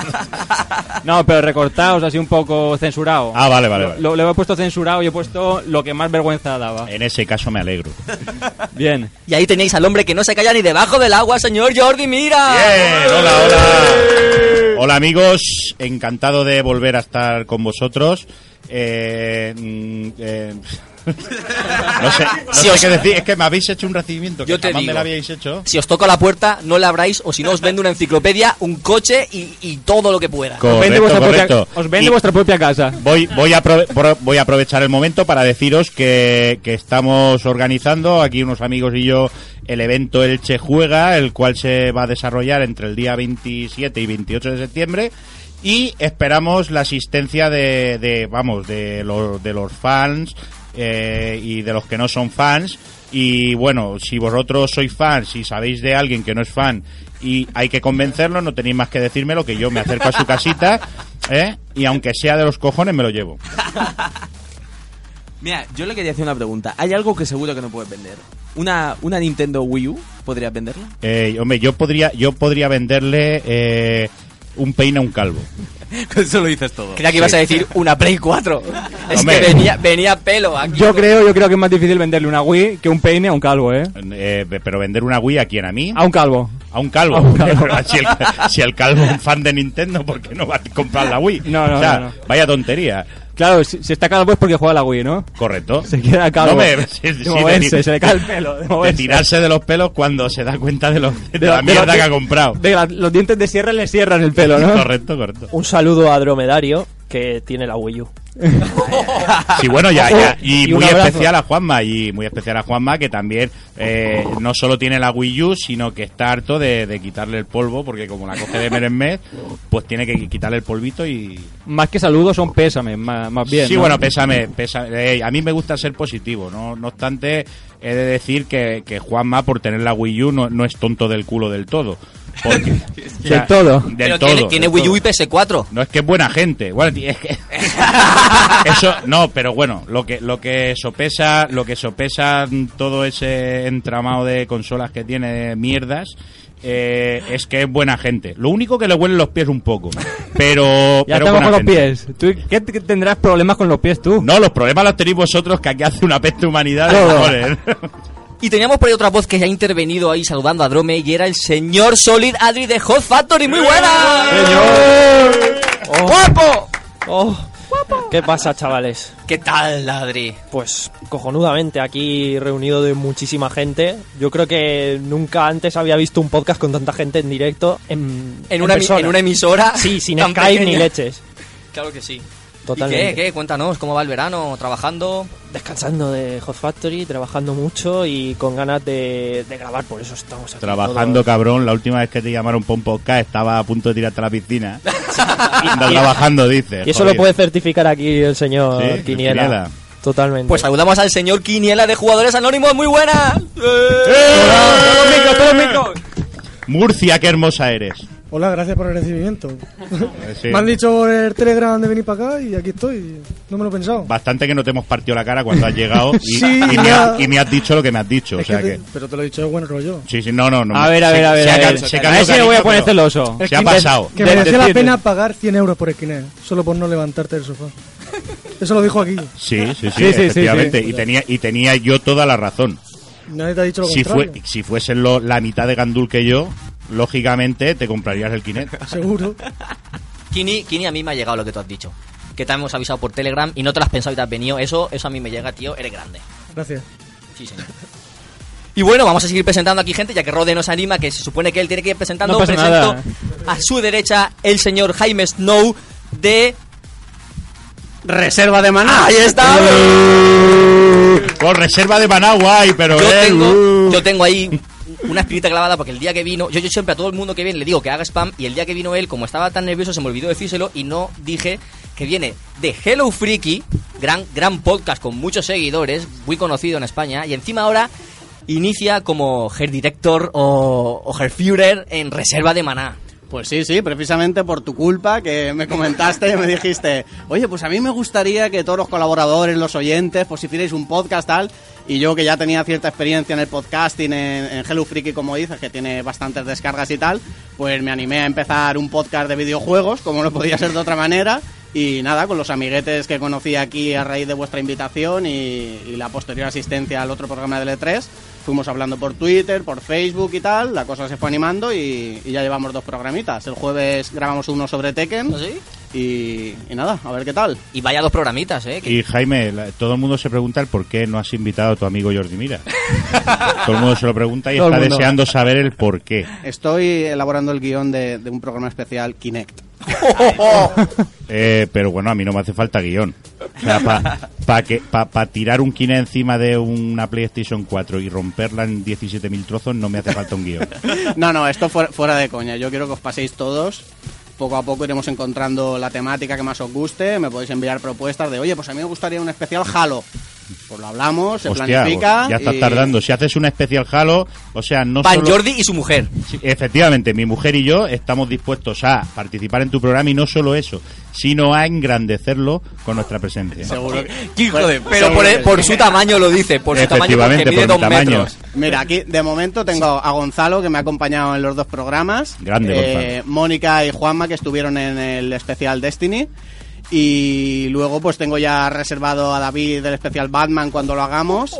Speaker 2: No, pero recortados, así un poco censurado.
Speaker 8: Ah, vale, vale,
Speaker 2: Lo-
Speaker 8: vale.
Speaker 2: Lo, lo he puesto censurado y he puesto lo que más vergüenza daba.
Speaker 8: En ese caso me alegro.
Speaker 2: Bien.
Speaker 1: Y ahí tenéis al hombre que no se calla ni debajo del agua, señor Jordi, mira.
Speaker 8: hola, hola. Hola amigos, encantado de volver a estar con vosotros. Eh, mm, eh, no sé, no
Speaker 1: Si
Speaker 8: sé
Speaker 1: os-
Speaker 8: qué decir, es que me habéis hecho un recibimiento que
Speaker 1: Yo te
Speaker 8: jamás
Speaker 1: digo.
Speaker 8: me lo habíais hecho.
Speaker 1: Si os toca la puerta, no la abráis o si no os vende una enciclopedia, un coche y, y todo lo que pueda.
Speaker 8: Correcto,
Speaker 2: vende vuestra propia-
Speaker 8: correcto.
Speaker 2: os vende
Speaker 8: Y-
Speaker 2: vuestra propia casa.
Speaker 8: Voy, voy, a aprove- pro- voy a aprovechar el momento para deciros que, que estamos organizando aquí unos amigos y yo el evento Elche Juega, el cual se va a desarrollar entre el día 27 y 28 de septiembre y esperamos la asistencia de, de, vamos, de los, de los fans eh, y de los que no son fans. Y bueno, si vosotros sois fans y sabéis de alguien que no es fan y hay que convencerlo, no tenéis más que decírmelo que yo me acerco a su casita, ¿eh? Y aunque sea de los cojones, me lo llevo.
Speaker 4: Mira, yo le quería hacer una pregunta. ¿Hay algo que seguro que no puedes vender? ¿Una, una Nintendo Wii U podrías venderla?
Speaker 8: Eh, hombre, yo podría, yo podría venderle eh, un peine a un calvo.
Speaker 4: Eso lo dices todo.
Speaker 1: Creía que ibas a decir una Play 4. Es
Speaker 8: Hombre.
Speaker 1: que venía, venía pelo aquí.
Speaker 2: Yo creo, yo creo que es más difícil venderle una Wii que un peine a un calvo, ¿eh?
Speaker 8: Eh, pero vender una Wii a quién, a mí.
Speaker 2: A un calvo.
Speaker 8: A un calvo.
Speaker 2: A un calvo.
Speaker 8: Pero si, el, si el calvo es un fan de Nintendo, ¿por qué no va a comprar la Wii?
Speaker 2: No, no,
Speaker 8: O sea,
Speaker 2: no, no.
Speaker 8: vaya tontería.
Speaker 2: Claro, si, si está calvo es porque juega a la Wii, ¿no?
Speaker 8: Correcto.
Speaker 2: Se queda calvo.
Speaker 8: No me- si-
Speaker 2: De
Speaker 8: si
Speaker 2: moverse,
Speaker 8: ti-
Speaker 2: se le cae el pelo, de
Speaker 8: de
Speaker 2: moverse.
Speaker 8: tirarse de los pelos cuando se da cuenta de, los- de
Speaker 2: De
Speaker 8: la
Speaker 2: lo- de
Speaker 8: mierda
Speaker 2: lo-
Speaker 8: que ha comprado.
Speaker 2: De la- los dientes de sierra le cierran el pelo, ¿no?
Speaker 8: Correcto, correcto.
Speaker 11: Un saludo a Dromedario, que tiene la Wii U.
Speaker 8: Sí, bueno, ya, ya. Y,
Speaker 11: Y un
Speaker 8: muy
Speaker 11: abrazo.
Speaker 8: especial a Juanma, y muy especial a Juanma, que también eh, no solo tiene la Wii U, sino que está harto de, de quitarle el polvo, porque como la coge de mes en mes, pues tiene que quitarle el polvito y...
Speaker 2: Más que saludos son pésames, más, más bien.
Speaker 8: sí,
Speaker 2: ¿no?
Speaker 8: bueno, pésame, pésame. Eh, a mí me gusta ser positivo, no, no obstante, he de decir que, que Juanma, por tener la Wii U, no, no es tonto del culo del todo. Porque, o sea,
Speaker 2: Del todo.
Speaker 8: Del
Speaker 1: Pero
Speaker 8: todo.
Speaker 1: tiene, tiene
Speaker 8: del
Speaker 1: Wii
Speaker 8: todo.
Speaker 1: U y PS4.
Speaker 8: No es que es buena gente. Bueno, tí- es que- Eso, no, pero bueno, lo que, lo que sopesa, lo que sopesa todo ese entramado de consolas que tiene mierdas. eh, es que es buena gente. Lo único que le huelen los pies un poco. Pero.
Speaker 2: Ya
Speaker 8: pero
Speaker 2: estamos
Speaker 8: buena
Speaker 2: con los
Speaker 8: gente.
Speaker 2: pies. ¿Tú qué t- tendrás problemas con los pies tú?
Speaker 8: No, los problemas los tenéis vosotros que aquí hace una peste humanidad. de
Speaker 2: Todo.
Speaker 8: cojones.
Speaker 1: Y teníamos por ahí otra voz que ya ha intervenido ahí saludando a Drome y era el señor Solid Adri de Hot Factory. ¡Muy buena! ¡Oh! ¡Guapo!
Speaker 11: ¿Qué pasa, chavales?
Speaker 1: ¿Qué tal, Adri?
Speaker 11: Pues cojonudamente, aquí reunido de muchísima gente. Yo creo que nunca antes había visto un podcast con tanta gente en directo. En,
Speaker 1: En una emi-
Speaker 11: persona.
Speaker 1: en una emisora
Speaker 11: Sí, sin
Speaker 1: tan
Speaker 11: Skype ni
Speaker 1: pequeña.
Speaker 11: leches.
Speaker 1: Claro que sí. ¿Y
Speaker 11: Totalmente.
Speaker 1: qué? ¿Qué? Cuéntanos, ¿cómo va el verano? ¿Trabajando?
Speaker 11: Descansando de Hot Factory, trabajando mucho y con ganas de, de grabar, por eso estamos aquí.
Speaker 8: Trabajando, cabrón. La última vez que te llamaron para un podcast estaba a punto de tirarte a la piscina. Anda
Speaker 11: y-
Speaker 8: trabajando, dice.
Speaker 11: Y eso lo puede certificar aquí el señor
Speaker 2: uh,
Speaker 8: Sí,
Speaker 11: Quiniela.
Speaker 8: Quiniela.
Speaker 11: Totalmente.
Speaker 1: Pues saludamos al señor Quiniela de Jugadores Anónimos. ¡Muy buena!
Speaker 8: Murcia, qué hermosa eres.
Speaker 13: Hola, gracias por el recibimiento.
Speaker 8: Sí.
Speaker 13: Me han dicho por el Telegram de venir para acá y aquí estoy. No me lo he pensado.
Speaker 8: Bastante que no te hemos partido la cara cuando has llegado y,
Speaker 13: Sí,
Speaker 8: y me,
Speaker 13: ya.
Speaker 8: has, y me has dicho lo que me has dicho. O sea que.
Speaker 13: Pero te lo he dicho de buen rollo.
Speaker 8: Sí, sí, no, no, no.
Speaker 2: A ver, a
Speaker 8: Se-
Speaker 2: ver, a ver.
Speaker 8: Se,
Speaker 2: a
Speaker 8: ha
Speaker 2: ver.
Speaker 8: cal- se ha
Speaker 2: a
Speaker 8: calmado
Speaker 2: ver si me voy a
Speaker 8: cariño,
Speaker 2: poner
Speaker 8: pero
Speaker 2: celoso.
Speaker 8: Se ha pasado.
Speaker 13: Que merecía la pena pagar 100 euros por el Kinect, solo por no levantarte del sofá. Eso lo dijo aquí.
Speaker 8: Sí, sí, sí,
Speaker 13: Sí, sí, sí, sí.
Speaker 8: efectivamente. Y, tenía, y tenía yo toda la razón.
Speaker 13: Nadie te ha dicho lo
Speaker 8: Si,
Speaker 13: contrario.
Speaker 8: fue, si fuesen lo- la mitad de gandul que yo, lógicamente te comprarías el Kinect.
Speaker 13: Seguro.
Speaker 1: Kini, Kini, a mí me ha llegado lo que tú has dicho. que te hemos avisado por Telegram y no te lo has pensado y te has venido. Eso, eso a mí me llega, tío. Eres grande.
Speaker 13: Gracias.
Speaker 1: Sí, señor. Y bueno, vamos a seguir presentando aquí gente, ya que Rode nos anima, que se supone que él tiene que ir presentando.
Speaker 7: No pasa
Speaker 1: Presento
Speaker 7: nada.
Speaker 1: a su derecha el señor Jaime Snow de...
Speaker 10: Reserva de maná.
Speaker 1: ¡Ahí está!
Speaker 8: Con reserva de Managuay, pero.
Speaker 1: yo,
Speaker 8: eh,
Speaker 1: tengo, yo tengo ahí una espinita clavada porque el día que vino, yo, yo siempre a todo el mundo que viene le digo que haga spam y el día que vino él, como estaba tan nervioso, se me olvidó decírselo y no dije que viene de Hello Freaky, gran, gran podcast con muchos seguidores, muy conocido en España, y encima ahora inicia como Head Director o, o Herr Führer en Reserva de Maná.
Speaker 10: Pues sí, sí, precisamente por tu culpa que me comentaste y me dijiste, oye, pues a mí me gustaría que todos los colaboradores, los oyentes, pues hicierais un podcast tal, y yo que ya tenía cierta experiencia en el podcasting, en, en Hello Freaky, como dices, que tiene bastantes descargas y tal, pues me animé a empezar un podcast de videojuegos, como no podía ser de otra manera, y nada, con los amiguetes que conocí aquí a raíz de vuestra invitación y, y la posterior asistencia al otro programa del E3, fuimos hablando por Twitter, por Facebook y tal, la cosa se fue animando y, y ya llevamos dos programitas. El jueves grabamos uno sobre Tekken y, y nada, a ver qué tal.
Speaker 1: ¿Ah, Y vaya dos programitas, ¿eh?
Speaker 8: Y Jaime, la- todo el mundo se pregunta el por qué no has invitado a tu amigo Jordi Mira. todo el mundo se lo pregunta y
Speaker 10: Todo el
Speaker 8: está
Speaker 10: mundo.
Speaker 8: deseando saber el por qué.
Speaker 10: Estoy elaborando el guión de, de un programa especial, Kinect.
Speaker 1: ¡Oh,
Speaker 8: Eh, pero bueno, a mí no me hace falta guión. O sea, para que, pa- pa tirar un kine encima de una PlayStation 4 y romperla en 17.000 trozos no me hace falta un guión.
Speaker 10: No, no, esto fuera, fuera de coña. Yo quiero que os paséis todos. Poco a poco iremos encontrando la temática que más os guste. Me podéis enviar propuestas de, oye, pues a mí me gustaría un especial Halo. Pues lo hablamos, se
Speaker 8: Hostia,
Speaker 10: planifica.
Speaker 8: ya estás
Speaker 10: y-
Speaker 8: tardando. Si haces un especial Halo, o sea, no
Speaker 1: Van
Speaker 8: solo-
Speaker 1: Jordi y su mujer.
Speaker 8: Sí, efectivamente, mi mujer y yo estamos dispuestos a participar en tu programa y no solo eso, sino a engrandecerlo con nuestra presencia.
Speaker 10: Seguro que-
Speaker 1: ¿Qué hijo de-
Speaker 10: Pues-
Speaker 1: Pero por,
Speaker 10: seguro que
Speaker 1: por
Speaker 10: sí.
Speaker 1: su tamaño lo dice, por su tamaño porque
Speaker 8: Efectivamente,
Speaker 1: mide
Speaker 8: por mi
Speaker 1: dos
Speaker 8: tamaño.
Speaker 1: metros.
Speaker 10: Mira, aquí de momento tengo a Gonzalo, que me ha acompañado en los dos programas. Eh,
Speaker 8: Grande, Gonzalo.
Speaker 10: Mónica y Juanma, que estuvieron en el especial Destiny. Y luego, pues tengo ya reservado a David del especial Batman cuando lo hagamos.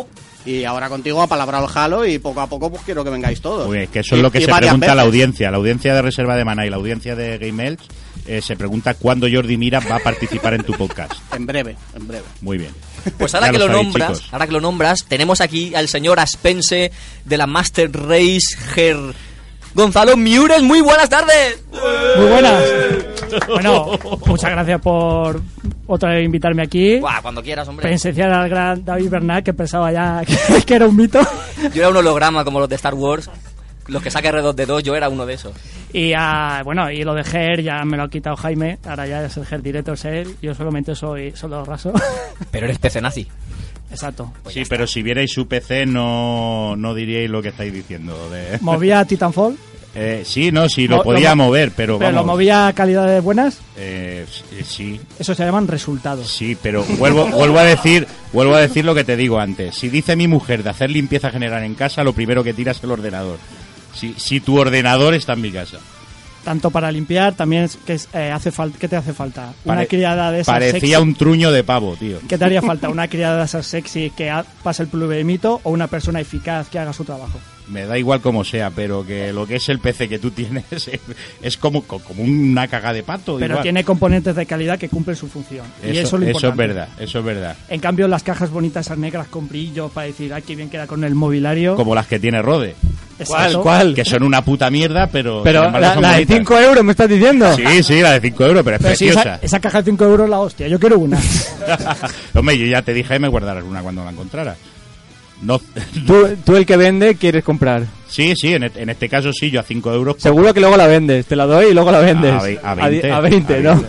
Speaker 10: Y ahora contigo a palabra al Halo y poco a poco pues quiero que vengáis todos.
Speaker 8: Oye, que eso es
Speaker 10: Y-
Speaker 8: lo que
Speaker 10: y
Speaker 8: se
Speaker 10: varias
Speaker 8: pregunta la
Speaker 10: veces.
Speaker 8: audiencia. La audiencia de Reserva de Maná y la audiencia de Game Elch, eh, se pregunta cuándo Jordi Mira va a participar en tu podcast.
Speaker 10: En breve, en breve.
Speaker 8: Muy bien.
Speaker 1: Pues ahora
Speaker 8: Ya
Speaker 1: que lo,
Speaker 8: sabéis,
Speaker 1: nombras,
Speaker 8: chicos.
Speaker 1: ahora que lo nombras, tenemos aquí al señor Aspense de la Master Race Ger Gonzalo Miures, muy buenas tardes.
Speaker 14: Muy buenas. Bueno, muchas gracias por otra vez invitarme aquí.
Speaker 1: Buah, cuando quieras, hombre.
Speaker 14: Presenciar al gran David Bernal, que pensaba ya que, que era un mito.
Speaker 1: Yo era un holograma como los de Star Wars, los que saca R2 de 2, yo era uno de esos.
Speaker 14: Y ah, bueno, y lo de Ger ya me lo ha quitado Jaime. Ahora ya es el Ger directo, es él. Yo solamente soy solo raso.
Speaker 1: Pero eres PC nazi.
Speaker 14: Exacto.
Speaker 10: Pues
Speaker 8: sí, pero si vierais su PC no, no diríais lo que estáis diciendo. de-
Speaker 14: Movía Titanfall,
Speaker 8: Eh, sí, no, sí, lo
Speaker 14: Mo- lo
Speaker 8: podía
Speaker 14: mo-
Speaker 8: mover, pero,
Speaker 14: pero, lo
Speaker 8: vamos.
Speaker 14: movía a calidades buenas.
Speaker 8: eh, s- sí,
Speaker 14: Eso se llaman resultados.
Speaker 8: Sí, pero vuelvo, vuelvo a decir, vuelvo a decir lo que te digo antes. Si dice mi mujer de hacer limpieza general en casa, lo primero que tira es el ordenador. Si, si tu ordenador está en mi casa.
Speaker 14: Tanto para limpiar, también es que es, eh, hace falta. ¿Qué te hace falta? Una
Speaker 8: Pare-
Speaker 14: criada de esas sexy.
Speaker 8: Parecía un truño de pavo, tío.
Speaker 14: ¿Qué te haría falta? ¿Una criada de esas sexy que ha- pase el pluvemito o una persona eficaz que haga su trabajo?
Speaker 8: Me da igual como sea, pero que lo que es el PC que tú tienes es, es como, co- como una caga de pato.
Speaker 14: Pero
Speaker 8: igual.
Speaker 14: tiene componentes de calidad que cumplen su función. y eso es lo
Speaker 8: eso es
Speaker 14: importante.
Speaker 8: verdad, eso es verdad.
Speaker 14: En cambio, las cajas bonitas, esas negras con brillo, para decir, ay, qué bien queda con el mobiliario.
Speaker 8: Como las que tiene Rode.
Speaker 14: Exacto. ¿Cuál, cuál?
Speaker 8: Que son una puta mierda, pero.
Speaker 14: Pero
Speaker 8: sin embargo,
Speaker 14: la-
Speaker 8: son
Speaker 14: la de
Speaker 8: bonitas.
Speaker 14: cinco euros, ¿me estás diciendo?
Speaker 8: Sí, sí, la de 5 euros, pero es
Speaker 14: Pero si
Speaker 8: preciosa.
Speaker 14: esa, esa caja de 5 euros es la hostia, yo quiero una.
Speaker 8: Hombre, yo ya te dije que me guardaras una cuando la encontrara. No,
Speaker 7: Tú, tú el que vende quieres comprar.
Speaker 8: sí, sí, en, et- en este caso sí, yo a 5 euros.
Speaker 7: Seguro que luego la vendes. Te la doy y luego la vendes.
Speaker 8: A ve- a 20.
Speaker 7: di- A 20,
Speaker 8: A
Speaker 7: ¿no?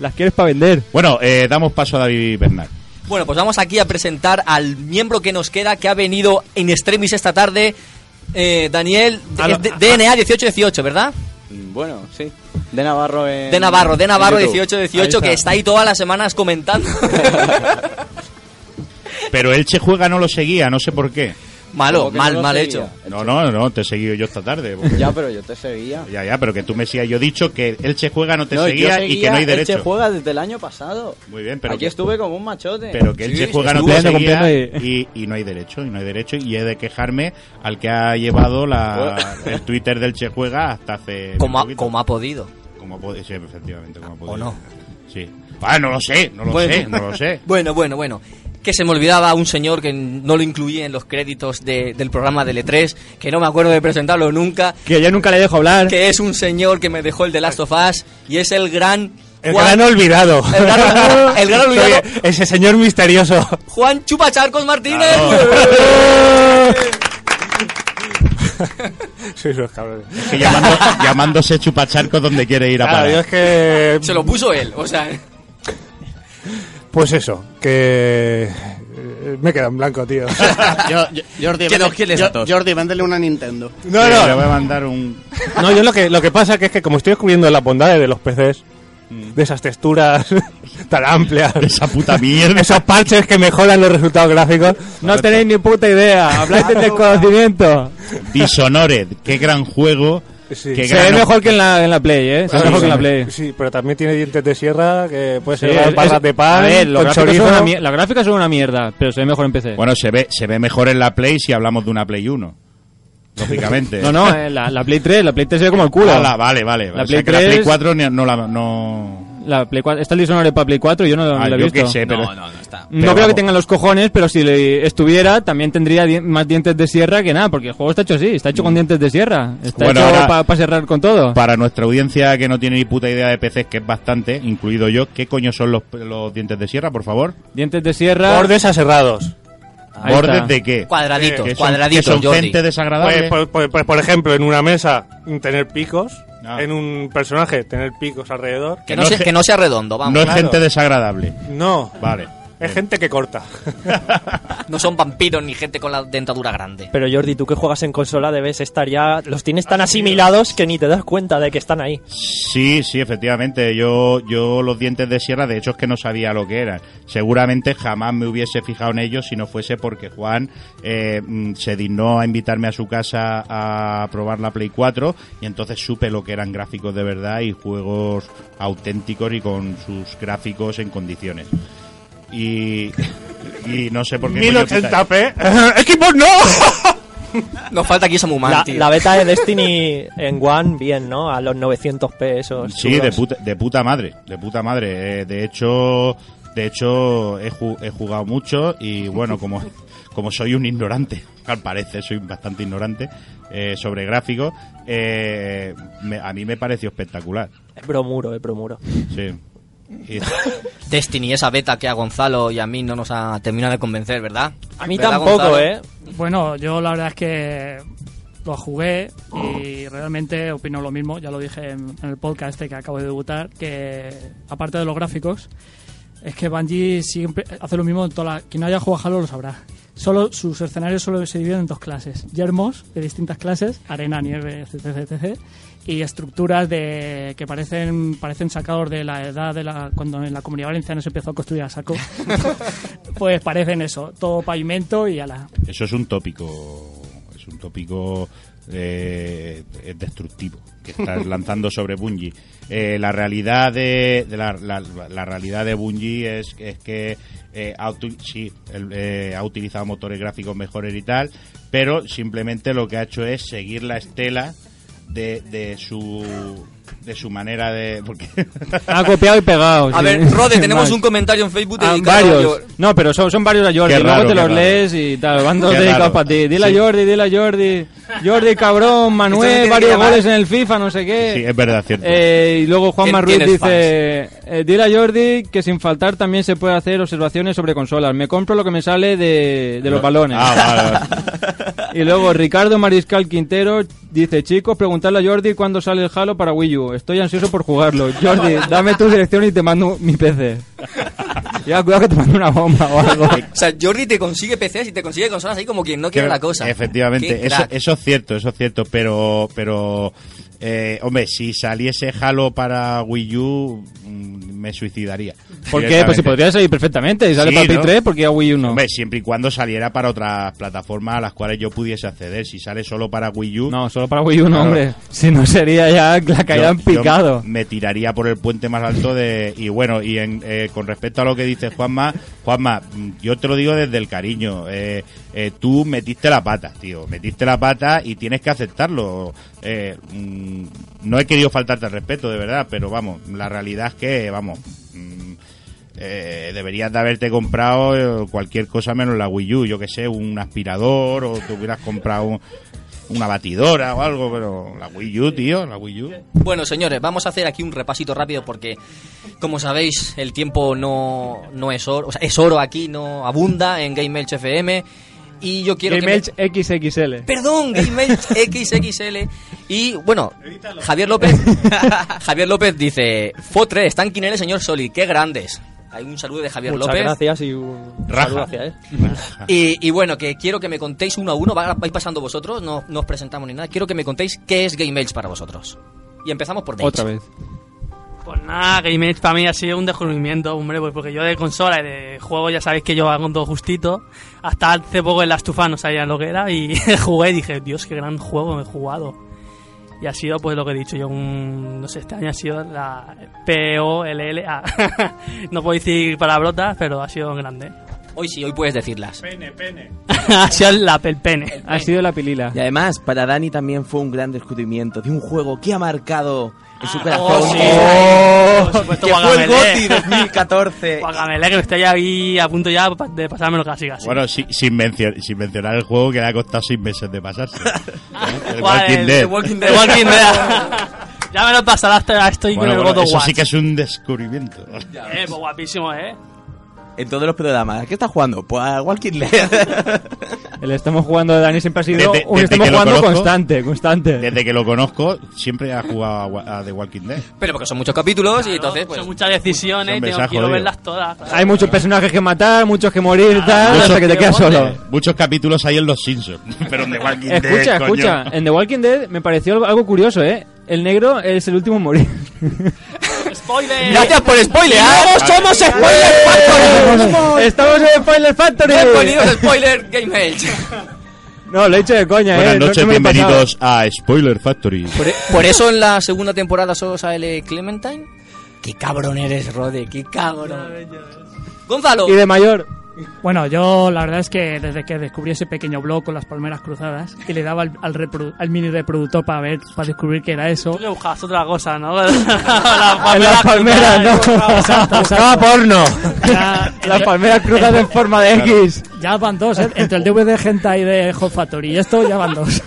Speaker 7: Las quieres para vender.
Speaker 8: Bueno, eh, damos paso a David Bernal.
Speaker 1: Bueno, pues vamos aquí a presentar al miembro que nos queda, que ha venido en extremis esta tarde, eh, Daniel,
Speaker 15: A lo-
Speaker 1: es de- DNA 1818, ¿verdad?
Speaker 15: Oh. Mm, Bueno, sí. De Navarro en-
Speaker 1: De Navarro, de
Speaker 15: en
Speaker 1: Navarro
Speaker 15: YouTube.
Speaker 1: 1818,
Speaker 15: Ahí
Speaker 1: que está ahí todas las semanas comentando.
Speaker 8: Pero Elche juega no lo seguía, no sé por qué.
Speaker 1: Malo, ¿Cómo que mal, no lo mal seguía?
Speaker 8: No, no, no, te he seguido yo esta tarde. porque-
Speaker 15: Ya, pero yo te seguía.
Speaker 8: ya, ya, pero que tú me sigas. Yo he dicho que Elche juega no te
Speaker 15: No, yo
Speaker 8: seguía, y que no hay
Speaker 15: seguía Elche
Speaker 8: derecho.
Speaker 15: juega desde el año pasado.
Speaker 8: Muy bien, pero
Speaker 15: Aquí
Speaker 8: que-
Speaker 15: estuve como un machote.
Speaker 8: Pero que Elche
Speaker 15: Sí,
Speaker 8: juega no te
Speaker 15: estuve.
Speaker 8: seguía y, y no hay derecho, y no hay derecho. Y he de quejarme al que ha llevado la, el Twitter del Che juega hasta hace.
Speaker 1: Como ha-
Speaker 8: bien poquito.
Speaker 1: como ha podido.
Speaker 8: Como ha podido, sí, efectivamente, como ha podido.
Speaker 1: ¿O no?
Speaker 8: Sí. Ah, no lo sé, no lo sé, no lo sé.
Speaker 1: Bueno, bueno, bueno. Que se me olvidaba un señor que no lo incluí en los créditos de- del programa de E3, que no me acuerdo de presentarlo nunca.
Speaker 7: Que yo nunca le dejo hablar.
Speaker 1: Que es un señor que me dejó el de Last of Us y es el gran.
Speaker 7: El
Speaker 1: Juan-
Speaker 7: gran olvidado.
Speaker 1: El gran, el gran olvidado.
Speaker 7: Soy Ese señor misterioso.
Speaker 1: Juan Chupacharcos Martínez.
Speaker 7: Sois los cabrones.
Speaker 8: Que llamando- llamándose chupacharco donde quiere ir a
Speaker 7: Claro,
Speaker 8: parar.
Speaker 7: yo es que...
Speaker 1: Se lo puso él, o sea.
Speaker 7: Pues eso, que... eh, Me he quedado en blanco, tío.
Speaker 10: Yo- yo- Jordi,
Speaker 7: ¿Qué
Speaker 10: vende-
Speaker 7: nos quieres
Speaker 10: Yo-
Speaker 7: a todos?
Speaker 10: Jordi, véndele una Nintendo.
Speaker 7: No, no.
Speaker 8: Eh, Le voy a mandar un...
Speaker 7: No, yo lo que, lo que pasa que es que como estoy descubriendo las bondades de los PCs, de esas texturas tan amplias,
Speaker 8: esa puta mierda,
Speaker 7: esos parches que mejoran los resultados gráficos, no tenéis ni puta idea, habláis de desconocimiento.
Speaker 8: Dishonored, qué gran juego. qué
Speaker 7: Se
Speaker 8: gran-
Speaker 7: ve mejor
Speaker 2: que en la, en la Play, ¿eh?
Speaker 8: Se ve mejor que en la
Speaker 7: Play. Sí, pero también tiene dientes de sierra que puede
Speaker 2: Sí,
Speaker 7: ser
Speaker 2: es-
Speaker 7: barras
Speaker 2: es-
Speaker 7: de pan,
Speaker 2: a ver, los
Speaker 7: con
Speaker 2: gráficos son
Speaker 7: chorizo.
Speaker 2: una mier- las gráficas son una mierda, pero se ve mejor en PC.
Speaker 8: Bueno, se ve, se ve mejor en la Play si hablamos de una Play 1. Lógicamente.
Speaker 2: No, no, eh, la, la Play 3, la Play 3 se ve como el culo.
Speaker 8: Ah, la- vale, vale.
Speaker 2: La
Speaker 8: O sea
Speaker 2: Play
Speaker 8: que la
Speaker 2: 3,
Speaker 8: Play 4 ni- no la... No...
Speaker 2: la Play 4 está el Dishonored para Play 4 y yo no, lo-
Speaker 8: Ah,
Speaker 2: no lo he
Speaker 8: yo
Speaker 2: visto.
Speaker 8: qué sé, pero-
Speaker 2: no,
Speaker 8: No, no, no está.
Speaker 2: No
Speaker 8: Pero
Speaker 2: creo que
Speaker 8: vamos.
Speaker 2: tengan los cojones, pero si le estuviera, también tendría di- más dientes de sierra que nada, porque el juego está hecho así, está hecho con dientes de sierra. Está
Speaker 8: Mm. Bueno,
Speaker 2: hecho
Speaker 8: ahora-
Speaker 2: para cerrar con todo.
Speaker 8: Para nuestra audiencia que no tiene ni puta idea de PCs, que es bastante, incluido yo, ¿qué coño son los, los dientes de sierra, por favor?
Speaker 2: Dientes de sierra.
Speaker 7: Bordes aserrados. Ahí
Speaker 8: ¿Bordes
Speaker 7: está.
Speaker 8: de qué?
Speaker 1: Cuadraditos,
Speaker 8: Que son-
Speaker 1: cuadraditos,
Speaker 8: que son
Speaker 1: Jordi.
Speaker 8: gente
Speaker 7: Pues,
Speaker 8: desagradable.
Speaker 7: pues- pues- pues, por ejemplo, en una mesa mm, tener picos, en un personaje tener picos alrededor.
Speaker 1: Que no, sea, que no sea redondo, vamos.
Speaker 8: Ah. no es
Speaker 7: claro.
Speaker 8: gente desagradable.
Speaker 7: No.
Speaker 8: Pues, Vale.
Speaker 7: Es gente que corta.
Speaker 1: No son vampiros ni gente con la dentadura grande.
Speaker 11: Pero Jordi, tú que juegas en consola debes estar ya... Los tienes
Speaker 8: Ah,
Speaker 11: tan asimilados que ni te das cuenta de que están ahí.
Speaker 8: Sí, sí, efectivamente. Yo, yo los dientes de sierra, de hecho, es que no sabía lo que eran. Seguramente jamás me hubiese fijado en ellos si no fuese porque Juan eh, mm, se dignó a invitarme a su casa a probar la Play 4 y entonces supe lo que eran gráficos de verdad y juegos auténticos y con sus gráficos en condiciones. Y, y no sé por qué. coño quita- pues
Speaker 7: 1080p. ¡Equipos no!
Speaker 1: Nos falta aquí Samu Man,
Speaker 11: La,
Speaker 1: tío.
Speaker 11: la beta de Destiny en One, bien, ¿no? A los 900 pesos.
Speaker 8: Sí, de puta, de puta madre, de puta madre. Eh, de hecho, de hecho he, ju- he jugado mucho y bueno, como, como soy un ignorante, al parecer soy bastante ignorante eh, sobre gráficos, eh, me- a mí me pareció espectacular.
Speaker 11: Es bromuro, es bromuro.
Speaker 8: Sí. Y-
Speaker 1: Eh, Destiny, esa beta que a Gonzalo y a mí no nos ha terminado de convencer, ¿verdad?
Speaker 11: A mí
Speaker 1: ¿Verdad,
Speaker 11: tampoco,
Speaker 1: Gonzalo?
Speaker 11: ¿eh?
Speaker 14: Bueno, yo la verdad es que lo jugué y realmente opino lo mismo, ya lo dije en, en el podcast este que acabo de debutar, que aparte de los gráficos, es que Bungie siempre hace lo mismo en toda la... Quien no haya jugado a Halo lo sabrá. Solo, sus escenarios solo se dividen en dos clases. Yermos, de distintas clases, arena, nieve, etc, etc, etc. Y estructuras de que parecen parecen sacados de la edad de la cuando en la comunidad valenciana se empezó a construir a saco. pues parecen eso, todo pavimento y ala.
Speaker 8: Eso es un tópico, es un tópico eh, destructivo que estás lanzando sobre Bungie. Eh, la realidad de, de la, la- la realidad de Bungie es, es que eh, ha, uti- sí, el- eh, ha utilizado motores gráficos mejores y tal, pero simplemente lo que ha hecho es seguir la estela de, de su de su manera de porque
Speaker 2: Ha copiado y pegado.
Speaker 1: A
Speaker 2: sí.
Speaker 1: ver, Rode, tenemos
Speaker 2: Mal.
Speaker 1: un comentario en Facebook
Speaker 2: Ah,
Speaker 1: dedicado a
Speaker 2: varios.
Speaker 1: Jordi.
Speaker 2: No, pero son, son varios a Jordi.
Speaker 8: Qué
Speaker 2: Luego
Speaker 8: raro,
Speaker 2: te
Speaker 8: qué
Speaker 2: los
Speaker 8: raro.
Speaker 2: lees y tal. Van dos
Speaker 8: Qué
Speaker 2: dedicados
Speaker 8: raro.
Speaker 2: para ti. Dile
Speaker 8: Sí.
Speaker 2: a Jordi, dile a Jordi. Jordi,
Speaker 8: Esto
Speaker 2: cabrón,
Speaker 8: se
Speaker 2: Manuel,
Speaker 8: tiene
Speaker 2: varios
Speaker 8: que llamar.
Speaker 2: goles en el FIFA, no sé qué.
Speaker 8: sí es verdad cierto
Speaker 2: Eh, y luego Juan
Speaker 8: ¿Quién-
Speaker 2: Marruiz
Speaker 8: quién es
Speaker 2: dice, eh, dile a Jordi que sin faltar también se puede hacer observaciones sobre consolas. Me compro lo que me sale de, de los
Speaker 8: No.
Speaker 2: balones.
Speaker 8: Ah,
Speaker 2: y luego Ricardo Mariscal Quintero dice, chicos, preguntarle a Jordi cuándo sale el Halo para Wii U. Estoy ansioso por jugarlo. Jordi, dame tu dirección y te mando mi PC. Ya, cuidado que te mando una bomba o algo.
Speaker 1: O sea, Jordi te consigue PCs y te consigue consolas ahí como quien no quiere
Speaker 8: Que-
Speaker 1: la cosa.
Speaker 8: Efectivamente,
Speaker 1: Qué
Speaker 8: eso,
Speaker 1: crack.
Speaker 8: eso es cierto, eso es cierto, pero, pero eh, hombre, si saliese Halo para Wii U, mm, me suicidaría.
Speaker 2: ¿Por qué? Pues si
Speaker 8: Directamente.
Speaker 2: podría salir perfectamente. Y sale
Speaker 8: Sí,
Speaker 2: para Play
Speaker 8: ¿no?
Speaker 2: 3 porque a Wii U no.
Speaker 8: Hombre, siempre y cuando saliera para otras plataformas a las cuales yo pudiese acceder. Si sale solo para Wii U...
Speaker 2: No, solo para Wii U no,
Speaker 8: Claro.
Speaker 2: hombre. Si no sería ya la caída
Speaker 8: Yo-
Speaker 2: en
Speaker 8: yo
Speaker 2: picado.
Speaker 8: me tiraría por el puente más alto de y bueno y en- eh, con respecto a lo que dice Juanma Juanma mm, yo te lo digo desde el cariño eh, eh, tú metiste la pata tío metiste la pata y tienes que aceptarlo Eh, mm, no he querido faltarte al respeto de verdad pero vamos la realidad es que vamos mm, eh, deberías de haberte comprado eh, cualquier cosa menos la Wii U, yo que sé, un aspirador o te hubieras comprado un- una batidora o algo, pero la Wii U, tío, la Wii U.
Speaker 1: Bueno, señores, vamos a hacer aquí un repasito rápido porque, como sabéis, el tiempo no, no es oro. O sea, es oro aquí, no abunda en Game Elch FM. Y yo quiero que me-
Speaker 7: Game Elch XXL.
Speaker 1: Perdón, Game Elch XXL. Y bueno, Javier López Javier López dice: Fotre, están quien el señor Soli, qué grandes. Hay un saludo de Javier
Speaker 11: Muchas
Speaker 1: López.
Speaker 11: gracias y un
Speaker 1: Raja.
Speaker 11: saludo hacia él.
Speaker 1: Y, y bueno, que quiero que me contéis uno a uno, va- vais pasando vosotros, no, no os presentamos ni nada. Quiero que me contéis qué es Game Elch para vosotros. Y empezamos por Dage.
Speaker 7: Otra vez.
Speaker 3: Pues nada, Game Edge para mí ha sido un descubrimiento, hombre, pues porque yo de consola y de juego ya sabéis que yo hago todo justito. Hasta hace poco en la estufa no sabía lo que era y jugué y dije, Dios, qué gran juego he jugado. Y ha sido, pues lo que he dicho yo, un, no sé, este año ha sido la P-O-L-L-A. no puedo decir palabrotas, pero ha sido grande.
Speaker 1: Hoy sí, hoy puedes decirlas.
Speaker 3: Pene, pene. ha sido la, el pene.
Speaker 7: Ha sido la pilila.
Speaker 4: Y además, para Dani también fue un gran descubrimiento de un juego que ha marcado en su corazón.
Speaker 3: oh, sí.
Speaker 4: ¡Oh!
Speaker 3: Por supuesto,
Speaker 4: que fue el
Speaker 3: Guacamelee.
Speaker 4: GOTY 2014.
Speaker 3: Guacamelee, que estoy ahí a punto ya de pasármelo casi casi.
Speaker 8: Bueno, si- sin, mencio- sin mencionar el juego que le ha costado seis meses de pasarse. ¿eh?
Speaker 3: ¿Cuál? El- el Walking Dead. Walking Dead. ya me lo pasarás, hasta estoy
Speaker 8: Bueno,
Speaker 3: con el
Speaker 8: bueno,
Speaker 3: God of
Speaker 8: eso
Speaker 3: War.
Speaker 8: sí que es un descubrimiento.
Speaker 3: Eh, pues guapísimo, eh.
Speaker 4: En todos los programas. ¿A ¿Qué estás jugando? Pues a Walking Dead.
Speaker 7: El estamos jugando de Dani siempre ha sido
Speaker 8: Desde-
Speaker 7: un
Speaker 8: desde
Speaker 7: estamos
Speaker 8: que lo
Speaker 7: jugando
Speaker 8: conozco-
Speaker 7: constante, constante.
Speaker 8: Desde que lo conozco, siempre ha jugado a Wa- a, The Walking Dead.
Speaker 1: Pero porque son muchos capítulos y entonces pues...
Speaker 3: Son muchas decisiones,
Speaker 8: Hombre,
Speaker 3: tengo-
Speaker 8: se ha
Speaker 3: quiero
Speaker 8: jodido.
Speaker 3: verlas todas.
Speaker 7: Hay muchos personajes que matar, muchos que morir,
Speaker 8: Ah,
Speaker 7: tal, hasta que te quedas solo.
Speaker 8: Muchos capítulos hay en Los Simpsons. Pero en The Walking Dead.
Speaker 7: Escucha,
Speaker 8: coño.
Speaker 7: escucha, Eh, en The Walking Dead me pareció algo- algo curioso, ¿eh? El negro es el último en morir.
Speaker 3: ¡Spoiler!
Speaker 7: Gracias por
Speaker 8: ¿eh?
Speaker 7: spoilear.
Speaker 1: ¡No somos Spoiler Factory!
Speaker 7: Estamos en Spoiler Factory.
Speaker 1: Bienvenidos a Pues, Spoiler Game Elch.
Speaker 7: No, lo he hecho de coña,
Speaker 8: Buenas
Speaker 7: ¿eh? No-
Speaker 8: noches,
Speaker 7: no me he pasado. e-
Speaker 8: bienvenidos a Spoiler Factory.
Speaker 1: Por eso en la segunda temporada solo sale Clementine. Qué cabrón eres, Rode, qué cabrón. Gonzalo.
Speaker 7: Y de mayor.
Speaker 14: Bueno, yo la verdad es que desde que descubrí ese pequeño blog con las palmeras cruzadas y le daba al, al reprodu- al mini reproductor para ver, para descubrir qué era eso.
Speaker 3: Tú que buscas otra cosa, ¿no? las
Speaker 7: las palmeras, ¿no?
Speaker 3: eh,
Speaker 14: Exacto,
Speaker 7: Buscaba
Speaker 14: exacto.
Speaker 7: porno.
Speaker 14: Ya-
Speaker 7: Las palmeras cruzadas en forma de
Speaker 14: Claro.
Speaker 7: X.
Speaker 14: Ya van dos, ¿eh? entre el DVD de Hentai de Hot Factory y esto ya van dos.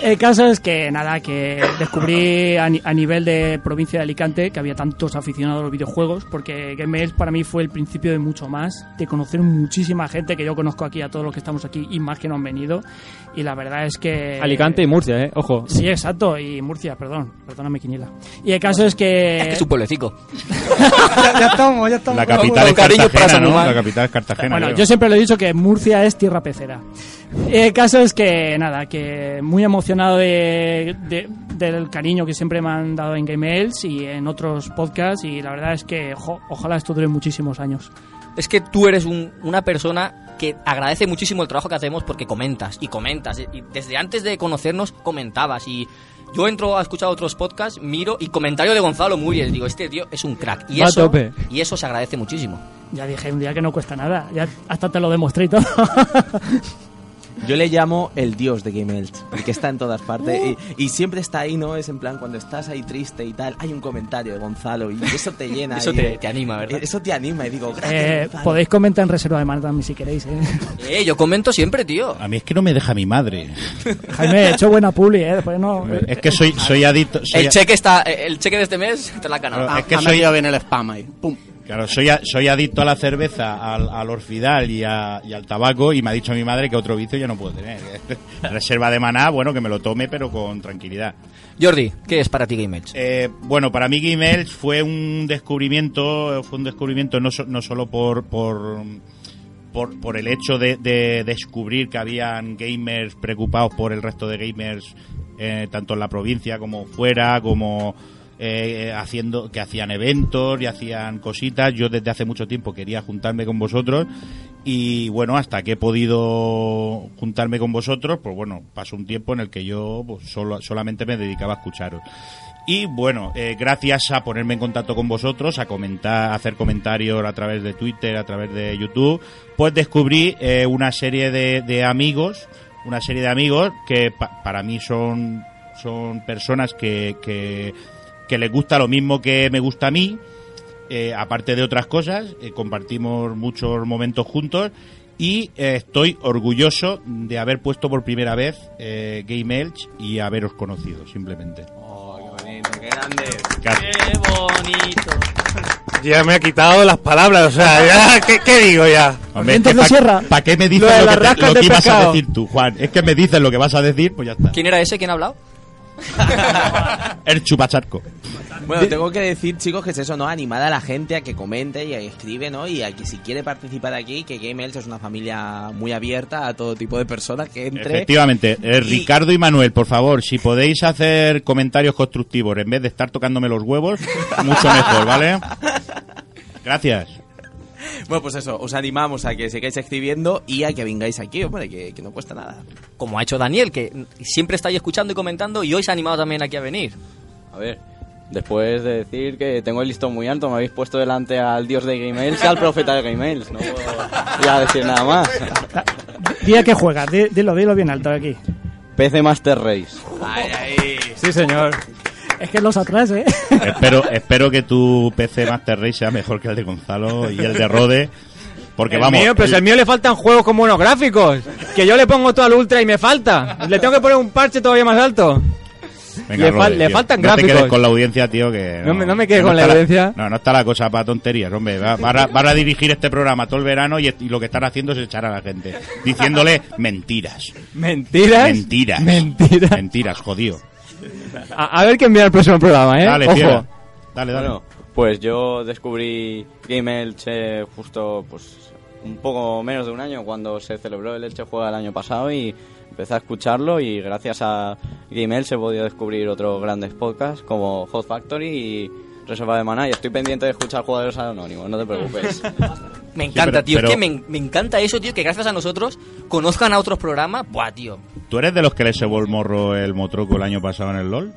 Speaker 14: El caso es que nada, que descubrí a, ni- a nivel de provincia de Alicante que había tantos aficionados a los videojuegos, porque Game Elch para mí fue el principio de mucho más, de conocer muchísima gente que yo conozco aquí, a todos los que estamos aquí y más que no han venido. Y la verdad es que...
Speaker 7: Alicante y Murcia, ¿eh? Ojo.
Speaker 14: Sí, exacto, y Murcia, perdón, perdóname, Quiniela. Y el caso es que...
Speaker 1: Es que es un pueblecico.
Speaker 14: ya, estamos, ya estamos.
Speaker 8: La capital es Cartagena, ¿no? La capital es Cartagena.
Speaker 14: Bueno,
Speaker 8: creo.
Speaker 14: yo siempre lo he dicho que Murcia es tierra pecera. El caso es que, nada, que muy emocionado de, de- del cariño que siempre me han dado en Game Ells y en otros podcasts. Y la verdad es que jo, ojalá esto dure muchísimos años.
Speaker 1: Es que tú eres un- una persona que agradece muchísimo el trabajo que hacemos porque comentas y comentas. Y desde antes de conocernos comentabas. Y yo entro a escuchar otros podcasts, miro y comentario de Gonzalo Muriel. Digo, este tío es un crack. Y,
Speaker 14: Va a
Speaker 1: eso,
Speaker 14: tope.
Speaker 1: y eso se agradece muchísimo.
Speaker 14: Ya dije un día que no cuesta nada. Ya hasta te lo demostré y todo.
Speaker 4: Yo le llamo el dios de Game Elch, porque está en todas partes y, y siempre está ahí, ¿no? Es en plan, cuando estás ahí triste y tal, hay un comentario de Gonzalo y eso te llena.
Speaker 1: Eso
Speaker 4: y-
Speaker 1: te- te anima, ¿verdad?
Speaker 4: Eso te anima y digo, gracias.
Speaker 14: Eh,
Speaker 4: Gonzalo.
Speaker 14: podéis comentar en reserva de mano también si queréis. ¿eh?
Speaker 1: Eh, yo comento siempre, tío.
Speaker 8: A mí es que no me deja mi madre.
Speaker 14: Jaime, he hecho buena publi, ¿eh? Después no.
Speaker 8: Es que soy, soy adicto. soy
Speaker 1: El
Speaker 8: a-
Speaker 1: cheque está, el cheque de este mes te la
Speaker 8: Claro,
Speaker 1: canal.
Speaker 8: es que soy,
Speaker 10: bien el spam ahí.
Speaker 8: Claro, soy, a- soy adicto a la cerveza, al, al orfidal y, a- y al tabaco y me ha dicho mi madre que otro vicio ya no puedo tener. Reserva de maná, bueno, que me lo tome pero con tranquilidad.
Speaker 1: Jordi, ¿qué es para ti Game Edge?
Speaker 8: Eh, bueno, para mí Game Elch fue un descubrimiento, fue un descubrimiento no, so- no solo por, por, por, por el hecho de, de descubrir que habían gamers preocupados por el resto de gamers, eh, tanto en la provincia como fuera, como eh, haciendo que hacían eventos y hacían cositas. Yo desde hace mucho tiempo quería juntarme con vosotros y bueno, hasta que he podido juntarme con vosotros, pues bueno, pasó un tiempo en el que yo pues, solo, solamente me dedicaba a escucharos. Y bueno, eh, gracias a ponerme en contacto con vosotros, a comentar, a hacer comentarios a través de Twitter, a través de YouTube, pues descubrí eh, una serie de, de amigos, una serie de amigos que pa- para mí son, son personas que, que, que les gusta lo mismo que me gusta a mí, eh, aparte de otras cosas, eh, compartimos muchos momentos juntos y eh, estoy orgulloso de haber puesto por primera vez eh, Game Elch y haberos conocido, simplemente. Gracias.
Speaker 3: Qué bonito.
Speaker 16: Ya me ha quitado las palabras, o sea, ya, ¿qué, qué digo ya?
Speaker 8: Hombre, es que pa- ¿Para qué me dices
Speaker 16: Lo de
Speaker 8: lo,
Speaker 16: las
Speaker 8: que, te-
Speaker 16: rascas
Speaker 8: lo
Speaker 16: de
Speaker 8: que ibas
Speaker 16: pescado.
Speaker 8: a decir tú, Juan? Es que me dices lo que vas a decir, pues ya está.
Speaker 1: ¿Quién era ese? ¿Quién ha hablado?
Speaker 8: El chupacharco.
Speaker 4: Bueno, tengo que decir, chicos, que es eso, ¿no? Animar a la gente a que comente y a que escribe, ¿no? Y a que si quiere participar aquí, que Game Elch es una familia muy abierta a todo tipo de personas que entre.
Speaker 8: Efectivamente. Eh, Ricardo y Manuel, por favor, si podéis hacer comentarios constructivos en vez de estar tocándome los huevos, mucho mejor, ¿vale? Gracias.
Speaker 4: Bueno, pues eso, os animamos a que sigáis escribiendo y a que vengáis aquí, hombre, que, que no cuesta nada.
Speaker 1: Como ha hecho Daniel, que siempre estáis escuchando y comentando y hoy se ha animado también aquí a venir.
Speaker 15: A ver, después de decir que tengo el listón muy alto, me habéis puesto delante al dios de Gmails y al profeta de Gmails. No puedo ya decir nada más.
Speaker 17: Día que juegas, di- dilo, dilo bien alto aquí.
Speaker 15: PC Master Race.
Speaker 7: Sí, señor.
Speaker 17: Es que los atrás, ¿eh?
Speaker 8: Espero, espero que tu PC Master Race sea mejor que el de Gonzalo y el de Rode. Porque
Speaker 7: el
Speaker 8: vamos.
Speaker 7: mío, pero
Speaker 8: el-
Speaker 7: si al mío le faltan juegos con buenos gráficos. Que yo le pongo todo al ultra y me falta. Le tengo que poner un parche todavía más alto.
Speaker 8: Venga,
Speaker 7: le, fal-
Speaker 8: Robert,
Speaker 7: le
Speaker 8: tío,
Speaker 7: faltan
Speaker 8: no
Speaker 7: gráficos.
Speaker 8: te quedes con la audiencia, tío, que...
Speaker 7: No me- no me quedes con la
Speaker 8: está
Speaker 7: audiencia.
Speaker 8: no, no está la cosa para tonterías, hombre. Va- Van a, van a dirigir este programa todo el verano y, y lo que están haciendo es echar a la gente. Diciéndole mentiras.
Speaker 7: ¿Mentiras?
Speaker 8: Mentiras.
Speaker 7: Mentiras.
Speaker 8: Mentiras, jodido.
Speaker 7: A, a ver quién viene al próximo programa, ¿eh? Ojo.
Speaker 8: Dale, dale.
Speaker 15: Bueno, pues yo descubrí Game Elche justo, pues, un poco menos de un año cuando se celebró el Elche Juega el año pasado y empecé a escucharlo y gracias a Game Elche he podido descubrir otros grandes podcasts como Hot Factory y Reserva de Maná y estoy pendiente de escuchar Jugadores Anónimos, no te preocupes.
Speaker 1: Me encanta,
Speaker 15: pero-
Speaker 1: tío.
Speaker 15: pero-
Speaker 1: Es que me, me encanta eso, tío, que gracias a nosotros conozcan a otros programas. Buah, tío.
Speaker 8: ¿Tú eres de los que le cebó el morro el motroco el año pasado en el LOL?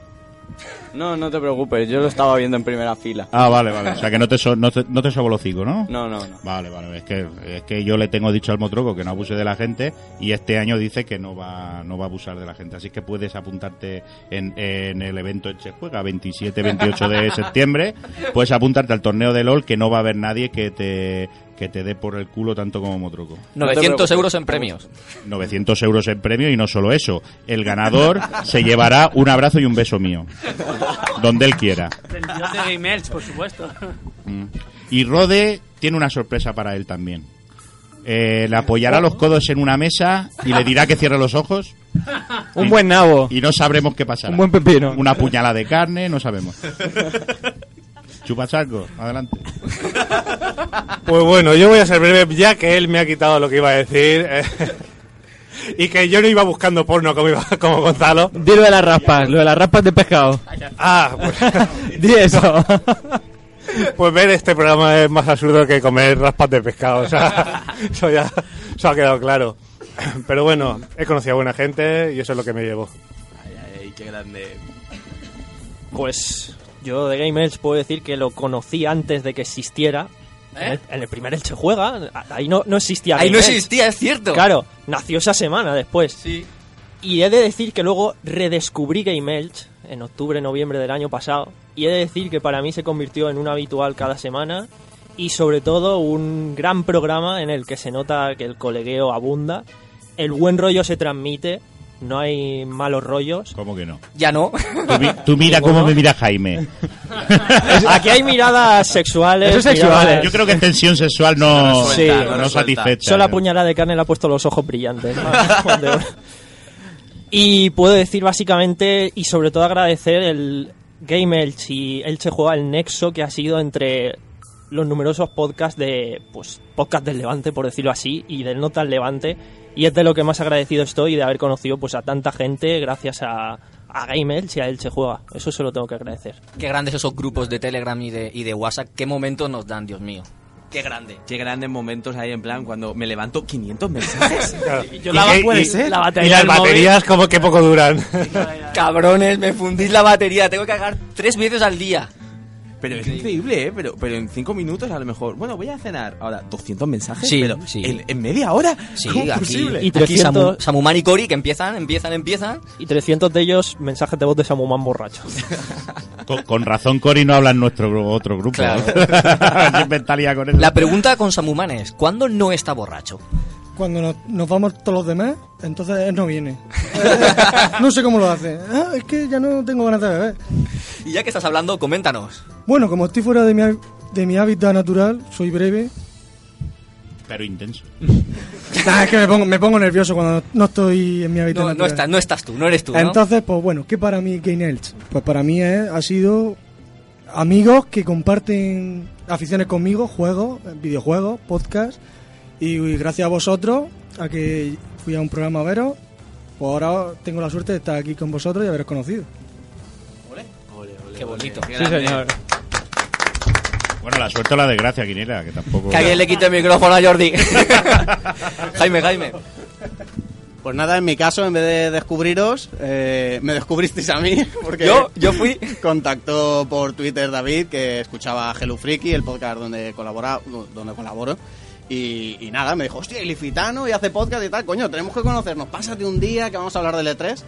Speaker 15: No, no te preocupes, yo lo estaba viendo en primera fila.
Speaker 8: Ah, vale, vale. O sea, que no te, so- no te, no te sobó el hocico, ¿no?
Speaker 15: No, no, no.
Speaker 8: Vale, vale. Es que, es que yo le tengo dicho al motroco que no abuse de la gente y este año dice que no va, no va a abusar de la gente. Así que puedes apuntarte en, en el evento en Che Juega, 27-28 de septiembre. Puedes apuntarte al torneo de LOL que no va a haber nadie que te, que te dé por el culo tanto como motroco.
Speaker 1: 900 euros en premios.
Speaker 8: 900 euros en premio y no solo eso. El ganador se llevará un abrazo y un beso mío. Donde él quiera.
Speaker 3: Del dios de Game Elch, por supuesto.
Speaker 8: Mm. Y Rode tiene una sorpresa para él también. Eh, le apoyará los codos en una mesa y le dirá que cierre los ojos.
Speaker 7: Un
Speaker 8: Y-
Speaker 7: buen nabo.
Speaker 8: Y no sabremos qué pasará.
Speaker 7: Un buen pepino.
Speaker 8: Una puñalada de carne, no sabemos. Chupachaco, adelante.
Speaker 16: Pues bueno, yo voy a ser breve ya que él me ha quitado lo que iba a decir. eh, y que yo no iba buscando porno como, iba- como Gonzalo.
Speaker 7: Di lo de las raspas, lo de las raspas de pescado.
Speaker 16: Ah, pues...
Speaker 7: Di eso.
Speaker 16: Pues ver este programa es más absurdo que comer raspas de pescado. O sea, eso ya eso ha quedado claro. Pero bueno, he conocido a buena gente y eso es lo que me llevo.
Speaker 4: Ay, qué grande.
Speaker 11: Pues yo de Game Elch puedo decir que lo conocí antes de que existiera. En, el, en el primer Elche Juega, a- ahí no, no existía.
Speaker 1: ¿Eh? Ahí
Speaker 11: Game
Speaker 1: no
Speaker 11: Elch.
Speaker 1: existía, es cierto.
Speaker 11: Claro, nació esa semana después. Sí. Y he de decir que luego redescubrí Game Elch en octubre, noviembre del año pasado. Y he de decir que para mí se convirtió en un habitual cada semana. Y sobre todo un gran programa en el que se nota que el colegueo abunda. El buen rollo se transmite. No hay malos rollos.
Speaker 8: ¿Cómo que no?
Speaker 1: Ya no.
Speaker 8: Tú, mi- tú mira cómo me mira Jaime.
Speaker 11: Aquí hay miradas sexuales. miradas-
Speaker 8: eh. Yo creo que en tensión sexual no,
Speaker 11: Sí.
Speaker 8: no satisfecha. eh.
Speaker 11: Solo la puñalada de carne le ha puesto los ojos brillantes. y puedo decir básicamente y sobre todo agradecer el Game Elch y Elche Juega el nexo que ha sido entre los numerosos podcasts de pues podcast del Levante por decirlo así y del no tan Levante y es de lo que más agradecido estoy de haber conocido pues a tanta gente gracias a a Game Elch y a Elche Juega. Eso se lo tengo que agradecer.
Speaker 1: Qué grandes esos grupos de Telegram y de, y de WhatsApp. Qué momentos nos dan, Dios mío.
Speaker 4: Qué grande. Qué grandes momentos hay en plan cuando me levanto 500 mensajes.
Speaker 16: Y que- y- y las baterías como que poco duran.
Speaker 1: Cabrones, me fundís la batería. Tengo que cargar tres veces al día.
Speaker 4: Pero es increíble, ¿eh? Pero, pero en cinco minutos a lo mejor. Bueno, voy a cenar. Ahora, 200 mensajes.
Speaker 1: Sí,
Speaker 4: pero
Speaker 1: sí.
Speaker 4: En, en media hora.
Speaker 1: Sí,
Speaker 4: ¿Cómo es
Speaker 1: aquí-
Speaker 4: posible?
Speaker 1: Y 300 Samu- Samuman y Cori que empiezan, empiezan, empiezan.
Speaker 11: Y 300 de ellos mensajes de voz de Samuman borracho.
Speaker 8: Con, con razón, Cori no habla en nuestro grupo, otro grupo.
Speaker 1: Claro.
Speaker 8: ¿eh? Qué mentalidad con eso.
Speaker 1: La pregunta con Samuman es, ¿cuándo no está borracho?
Speaker 13: Cuando nos, nos vamos todos los demás, entonces él no viene. no sé cómo lo hace. Ah, es que ya no tengo ganas de beber.
Speaker 1: Y ya que estás hablando, coméntanos.
Speaker 13: Bueno, como estoy fuera de mi, hab- de mi hábitat natural, soy breve.
Speaker 8: Pero intenso.
Speaker 13: Ah, es que me pongo, me pongo nervioso cuando no estoy en mi hábitat
Speaker 1: No, no
Speaker 13: natural.
Speaker 1: estás, no estás tú, no eres tú, ¿no?
Speaker 13: Entonces, pues bueno, ¿qué para mí Game Elch? Pues para mí es- ha sido amigos que comparten aficiones conmigo, juegos, videojuegos, podcast. Y, y gracias a vosotros, a que fui a un programa a veros, pues ahora tengo la suerte de estar aquí con vosotros y haberos conocido.
Speaker 1: Qué bonito.
Speaker 13: Sí, señor.
Speaker 8: Bueno, la suerte o la desgracia, Quinera, que tampoco.
Speaker 1: Que alguien le quite el micrófono a Jordi. Jaime, Jaime.
Speaker 10: Pues nada, en mi caso, en vez de descubriros, eh, me descubristeis a mí. Porque
Speaker 1: Yo- yo fui.
Speaker 10: Contactó por Twitter David, que escuchaba Hello Freaky, el podcast donde, colabora, donde colaboro. Y, y nada, me dijo, hostia, ilifitano y hace podcast y tal. Coño, tenemos que conocernos. Pásate un día que vamos a hablar del E3.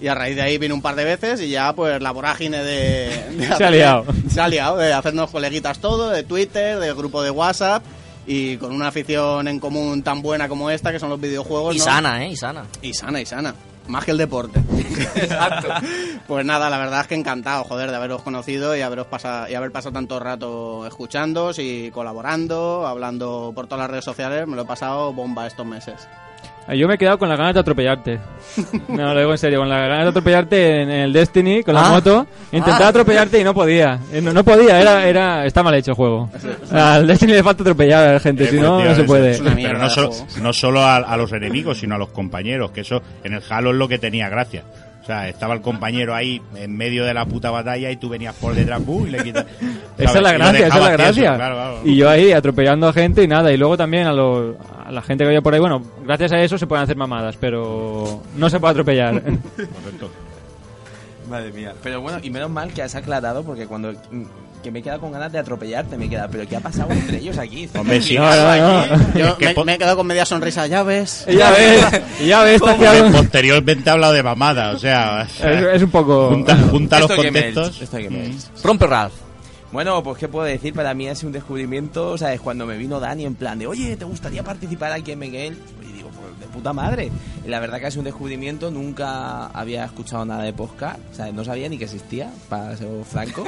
Speaker 10: Y a raíz de ahí vino un par de veces y ya, pues, la vorágine de... de
Speaker 2: Se ha liado.
Speaker 10: Se ha liado, de hacernos coleguitas todo, de Twitter, de grupo de WhatsApp. Y con una afición en común tan buena como esta, que son los videojuegos.
Speaker 1: Y
Speaker 10: ¿no?
Speaker 1: sana, ¿eh? Y sana.
Speaker 10: Y sana, y sana. Más que el deporte. Exacto. pues nada, la verdad es que encantado, joder, de haberos conocido y, haberos pasado, y haber pasado tanto rato escuchándoos y colaborando, hablando por todas las redes sociales. Me lo he pasado bomba estos meses.
Speaker 2: Ah, Yo me he quedado con las ganas de atropellarte. No, lo digo en serio, con las ganas de atropellarte en el Destiny, con la
Speaker 10: Ah.
Speaker 2: moto. Intenté
Speaker 10: Ah.
Speaker 2: atropellarte y no podía. Eh, No, no podía, era, era, está mal hecho el juego. Ah, Al Destiny le falta atropellar a la gente, si
Speaker 8: Eh,
Speaker 2: no,
Speaker 8: pues,
Speaker 2: no se puede.
Speaker 8: Pero no solo, no solo a, a los enemigos, sino a los compañeros, que eso en el Halo es lo que tenía gracia. O sea, estaba el compañero ahí en medio de la puta batalla y tú venías por detrás ¡bu! y le quitas. ¿sabes?
Speaker 2: Esa es la
Speaker 8: Y lo
Speaker 2: gracia, esa es la
Speaker 8: dejabas tieso,
Speaker 2: gracia.
Speaker 8: claro, claro.
Speaker 2: Y yo ahí atropellando a gente y nada. Y luego también a, los- a la gente que había por ahí. Bueno, gracias a eso se pueden hacer mamadas, pero no se puede atropellar.
Speaker 4: eh. Madre mía. Pero bueno, y menos mal que has aclarado porque cuando. mm, Que me he quedado con ganas de atropellarte, me queda. Pero ¿qué ha pasado entre ellos aquí?
Speaker 8: Hombre, sí.
Speaker 10: Yo me, me he quedado con media sonrisa, ya ves.
Speaker 8: Ya ves,
Speaker 2: ya ves,
Speaker 8: Porque Posteriormente ha hablado de mamada, o sea.
Speaker 2: Es- es un poco-
Speaker 8: Junta, junta
Speaker 4: Esto
Speaker 8: los
Speaker 4: hay que me-
Speaker 8: contextos.
Speaker 4: esto hay que me-
Speaker 8: Mm.
Speaker 1: Rompe Ralph.
Speaker 4: Bueno, pues qué puedo decir, para mí es un descubrimiento, ¿sabes? Cuando me vino Dani en plan de, oye, ¿te gustaría participar aquí en Miguel? Y digo, pues de puta madre. Y la verdad que es un descubrimiento, nunca había escuchado nada de podcast, ¿sabes? No sabía ni que existía, para ser franco.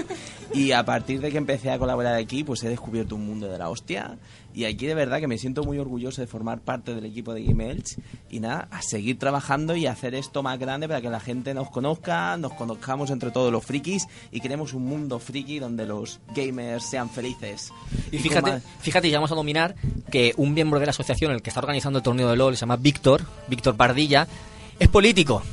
Speaker 4: Y a partir de que empecé a colaborar aquí, pues he descubierto un mundo de la hostia. Y aquí de verdad que me siento muy orgulloso de formar parte del equipo de Game Elch. Y nada, a seguir trabajando y hacer esto más grande para que la gente nos conozca, nos conozcamos entre todos los frikis y creemos un mundo friki donde los gamers sean felices.
Speaker 1: Y fíjate,
Speaker 4: coma-
Speaker 1: fíjate, ya vamos a dominar que un miembro de la asociación, el que está organizando el torneo de LOL, se llama Víctor, Víctor Pardilla, es político.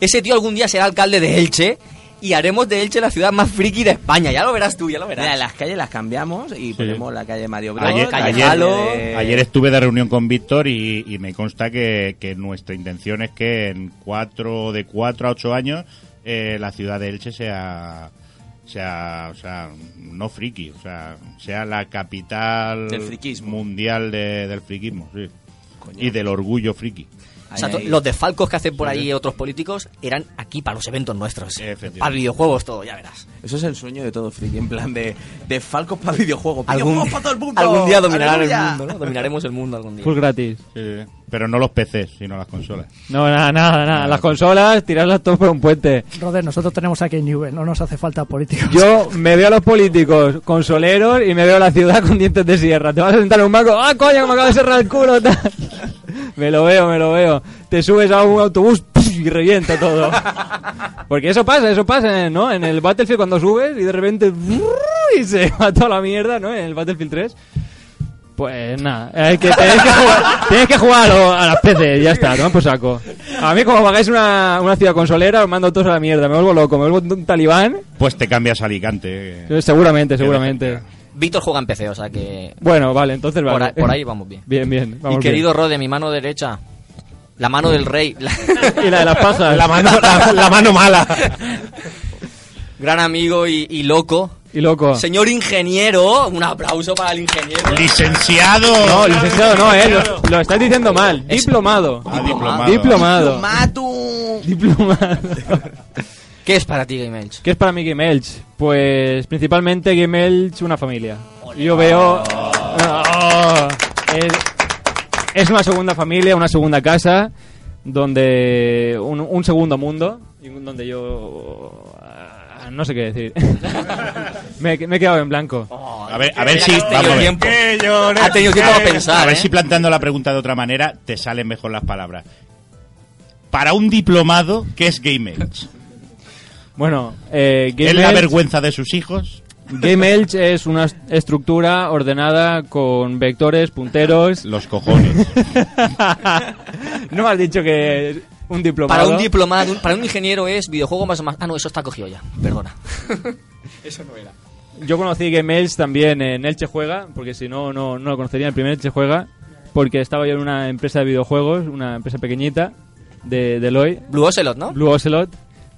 Speaker 1: Ese tío algún día será alcalde de Elche y haremos de Elche la ciudad más friki de España. Ya lo verás tú, ya lo verás.
Speaker 4: Mira, las calles las cambiamos y ponemos la calle Mario Bros.
Speaker 8: Ayer,
Speaker 4: la
Speaker 8: ayer-
Speaker 4: calle de-
Speaker 8: ayer estuve de reunión con Víctor y, y me consta que, que nuestra intención es que en cuatro, de 4 a 8 años eh, la ciudad de Elche sea, sea, o sea, no friki, o sea, sea la capital
Speaker 4: Del friquismo.
Speaker 8: mundial de- del friquismo, sí. Y del orgullo friki.
Speaker 1: O sea, to- los desfalcos que hacen por ahí otros políticos eran aquí para los eventos nuestros. Para videojuegos, todo, ya verás.
Speaker 4: Eso es el sueño de todo friki, en plan de, de falcos para videojuegos.
Speaker 1: Algún,
Speaker 4: videojuegos para todo el mundo.
Speaker 1: algún día dominarán
Speaker 4: ¡Aleluya!
Speaker 1: el mundo, ¿no? Dominaremos el mundo algún día.
Speaker 2: Full gratis.
Speaker 8: Sí, sí. Pero no los PCs, sino las consolas.
Speaker 2: No, nada, nada, nada. Las consolas, tirarlas todas por un puente.
Speaker 14: Roder, nosotros tenemos aquí en Juve, no nos hace falta políticos.
Speaker 2: Yo me veo a los políticos consoleros y me veo a la ciudad con dientes de sierra. Te vas a sentar en un banco, ¡ah, coño, que me acabo de cerrar el culo! tal. Me lo veo, me lo veo. Te subes a un autobús ¡puf! y revienta todo. Porque eso pasa, eso pasa, ¿no? En el Battlefield cuando subes y de repente ¡brrr! y se va toda la mierda, ¿no? En el Battlefield 3. Pues nada, hay que, tienes, que jugar, tienes que jugar a lo- a las PC, ya está, no por saco. A mí como pagáis una, una ciudad consolera, os mando todos a la mierda, me vuelvo loco, me vuelvo un talibán
Speaker 8: Pues te cambias a Alicante. eh.
Speaker 2: eh, Seguramente, seguramente.
Speaker 1: Víctor juega en PC, o sea que.
Speaker 2: Bueno, vale, entonces
Speaker 1: Por,
Speaker 2: vale.
Speaker 1: ahí- por ahí vamos bien.
Speaker 2: Bien, bien. Vamos
Speaker 1: y querido Rode, mi mano derecha. La mano del rey. La...
Speaker 2: Y la de las pajas. La mano- la- la mano mala.
Speaker 1: Gran amigo y, y loco.
Speaker 2: y loco.
Speaker 18: Señor ingeniero, un aplauso para el ingeniero.
Speaker 8: Licenciado.
Speaker 2: No, licenciado no, eh. Lo, lo estás diciendo mal. Diplomado.
Speaker 8: Ah, diplomado.
Speaker 2: Diplomado.
Speaker 4: Matu.
Speaker 1: ¿Qué es para ti, Game Elch?
Speaker 2: ¿Qué es para mí Game Elch? Pues principalmente Game Elch, una familia. Yo veo... Oh, es, es una segunda familia, una segunda casa, donde un, un segundo mundo, y donde yo... ah, No sé qué decir. me, me he quedado en blanco.
Speaker 8: A ver, a ver si. vamos a ver. A ¿eh? ver si planteando la pregunta de otra manera te salen mejor las palabras. Para un diplomado, ¿qué es Game Elch?
Speaker 2: Bueno, eh, Game
Speaker 8: ¿Es la
Speaker 2: Elch-
Speaker 8: vergüenza de sus hijos?
Speaker 2: Game Elch es una est- estructura ordenada con vectores, punteros.
Speaker 8: Los cojones.
Speaker 2: no me has dicho que es un diplomado.
Speaker 1: Para un diplomado, un- para un ingeniero es videojuego más más. Ah, no, eso está cogido ya. Perdona.
Speaker 18: Eso no era.
Speaker 2: Yo conocí Game Elch también en Elche Juega, porque si no, no, no lo conocería. El primer Elche Juega, porque estaba yo en una empresa de videojuegos, una empresa pequeñita de Deloitte.
Speaker 1: Blue Ocelot, ¿no?
Speaker 2: Blue Ocelot,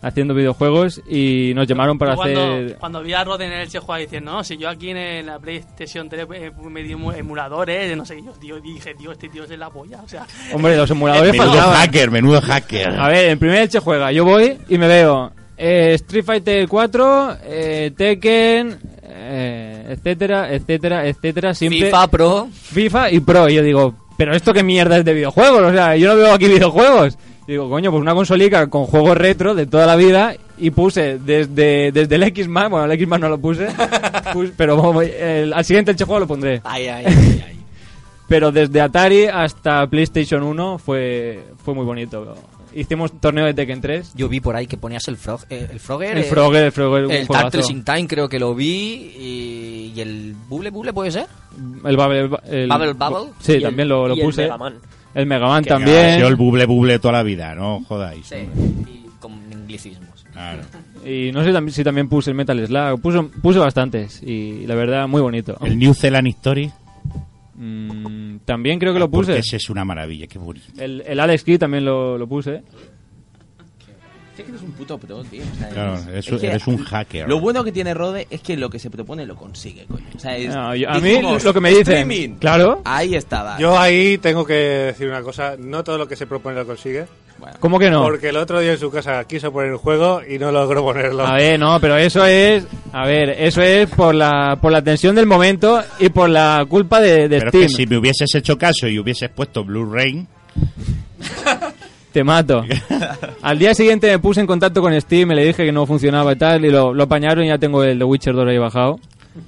Speaker 2: haciendo videojuegos y nos llamaron para
Speaker 3: cuando,
Speaker 2: hacer.
Speaker 3: cuando vi a Rod en el Che jugar diciendo, no, si yo aquí en, el- la PlayStation 3 eh, me di emu- emuladores, de no sé qué, yo tío, dije, tío, este tío es la polla. O sea,
Speaker 2: Hombre, los emuladores
Speaker 8: menudo
Speaker 2: faltaban.
Speaker 8: hacker, menudo hacker.
Speaker 2: A ver, en primer Elche juega. Yo voy y me veo eh, Street Fighter 4, eh, Tekken, eh, etcétera, etcétera, etcétera. Siempre
Speaker 1: FIFA Pro.
Speaker 2: FIFA y Pro. Y yo digo, ¿pero esto qué mierda es de videojuegos? O sea, yo no veo aquí videojuegos. Y digo, coño, pues una consolica con juegos retro de toda la vida. Y puse desde, desde el X-Man, bueno, el X-Man no lo puse, pus- pero vamos, el- al siguiente Elche juego lo pondré.
Speaker 1: Ay, ay, ay, ay.
Speaker 2: Pero desde Atari hasta PlayStation 1 fue, fue muy bonito. Hicimos torneo de Tekken 3.
Speaker 1: Yo vi por ahí que ponías el, frog, eh, el Frogger.
Speaker 2: El
Speaker 1: eh,
Speaker 2: Frogger, el Frogger, un
Speaker 1: El
Speaker 2: juegazo.
Speaker 1: Turtles in Time creo que lo vi. Y, y el Bubble Bubble puede ser.
Speaker 2: El Bubble el-
Speaker 1: Bubble Bubble.
Speaker 2: Sí,
Speaker 1: Y el-
Speaker 2: también lo, lo
Speaker 1: y el
Speaker 2: puse.
Speaker 1: Mega Man.
Speaker 2: El Mega Man
Speaker 8: Que ha
Speaker 2: también.
Speaker 8: sido el buble buble toda la vida, no jodáis.
Speaker 1: Y con anglicismos.
Speaker 8: Claro.
Speaker 2: Y no sé tam- si también puse el Metal Slug. Puse, puse bastantes. Y la verdad, muy bonito.
Speaker 8: El New Zealand History.
Speaker 2: Mm, también creo que lo puse.
Speaker 8: Porque ese es una maravilla, qué bonito.
Speaker 2: El, el Alex Key también lo, lo puse.
Speaker 4: Es que eres un puto pro, tío. O sea,
Speaker 8: Claro,
Speaker 4: es-
Speaker 8: eres
Speaker 4: es
Speaker 8: un-
Speaker 4: que-
Speaker 8: eres un hacker.
Speaker 4: Lo bueno que tiene Rode es que lo que se propone lo consigue, coño. O sea, es-
Speaker 2: No, yo- a mí
Speaker 4: dijimos,
Speaker 2: lo que me dicen.
Speaker 4: streaming.
Speaker 2: Claro.
Speaker 4: Ahí estaba.
Speaker 19: Yo ahí tengo que decir una cosa, no todo lo que se propone lo consigue.
Speaker 2: ¿Cómo que no?
Speaker 19: Porque el otro día en su casa quiso poner el juego y no logró ponerlo.
Speaker 2: A ver, no, pero eso es. A ver, eso es por la, por la tensión del momento y por la culpa de, de
Speaker 8: Pero
Speaker 2: Steam.
Speaker 8: es que si me hubieses hecho caso y hubieses puesto Blue Rain,
Speaker 2: Te mato. Al día siguiente me puse en contacto con Steam, le dije que no funcionaba y tal, y lo, lo apañaron y ya tengo el The Witcher 2 ahí bajado.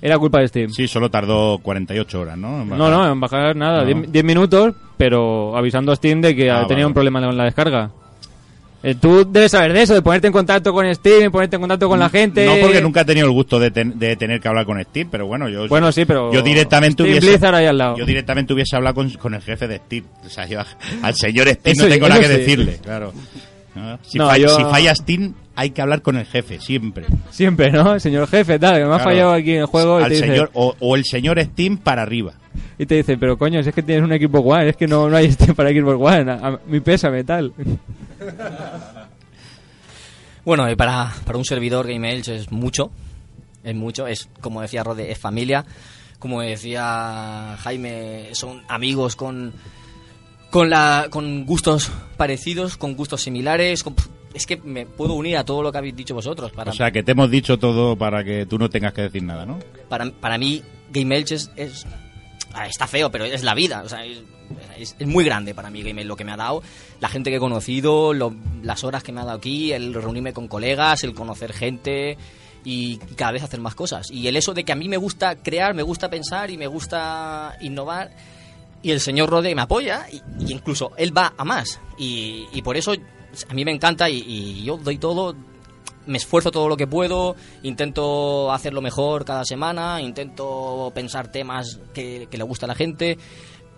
Speaker 2: Era culpa de Steam.
Speaker 8: sí, solo tardó 48 horas, ¿no? En
Speaker 2: No,
Speaker 8: bajar.
Speaker 2: no, en bajar nada,
Speaker 8: No.
Speaker 2: 10 minutos, pero avisando a Steam de que
Speaker 8: Ah,
Speaker 2: tenía
Speaker 8: vale.
Speaker 2: un problema con la descarga. Eh, tú debes saber de eso, de ponerte en contacto con Steam, y ponerte en contacto con la gente.
Speaker 8: No, porque nunca he tenido el gusto de, ten- de tener que hablar con Steve, pero bueno, yo.
Speaker 2: Bueno, sí, pero
Speaker 8: Yo directamente
Speaker 2: Steve
Speaker 8: hubiese.
Speaker 2: Blizzard ahí al lado.
Speaker 8: Yo directamente hubiese hablado con, con el jefe de Steve. O sea, yo a- al señor Steve
Speaker 2: Eso-
Speaker 8: no tengo nada que
Speaker 2: eso sí.
Speaker 8: decirle, claro. ¿No? Si,
Speaker 2: No,
Speaker 8: fa-
Speaker 2: yo-
Speaker 8: si falla Steve, hay que hablar con el jefe, siempre.
Speaker 2: Siempre, ¿no? Señor jefe, tal, que me ha
Speaker 8: Claro.
Speaker 2: fallado aquí en el juego. Y
Speaker 8: Al
Speaker 2: te, dice,
Speaker 8: señor, o, o el señor Steam para arriba.
Speaker 2: y te dice, pero coño, si es que tienes un equipo One, es que no, no hay Steam para equipo One. a- a- mi pésame, tal.
Speaker 1: Bueno, y para, para un servidor Game Elch es mucho. Es mucho. Es, como decía Rode, es familia. Como decía Jaime, son amigos con, con, la, con gustos parecidos, con gustos similares. con- es que me puedo unir a todo lo que habéis dicho vosotros. Para,
Speaker 8: O sea, que te hemos dicho todo para que tú no tengas que decir nada, ¿no?
Speaker 1: para, para mí, Game Elch es, es- ah, está feo, pero es la vida. O sea, es, es- es muy grande para mí Game Elch, lo que me ha dado, la gente que he conocido, lo- las horas que me ha dado aquí, el reunirme con colegas, el conocer gente y cada vez hacer más cosas. Y el eso de que a mí me gusta crear, me gusta pensar y me gusta innovar. Y el señor Rode me apoya y, y incluso él va a más. Y, y por eso a mí me encanta y- y yo doy todo, me esfuerzo todo lo que puedo, intento hacerlo mejor cada semana, intento pensar temas que, que le gusta a la gente,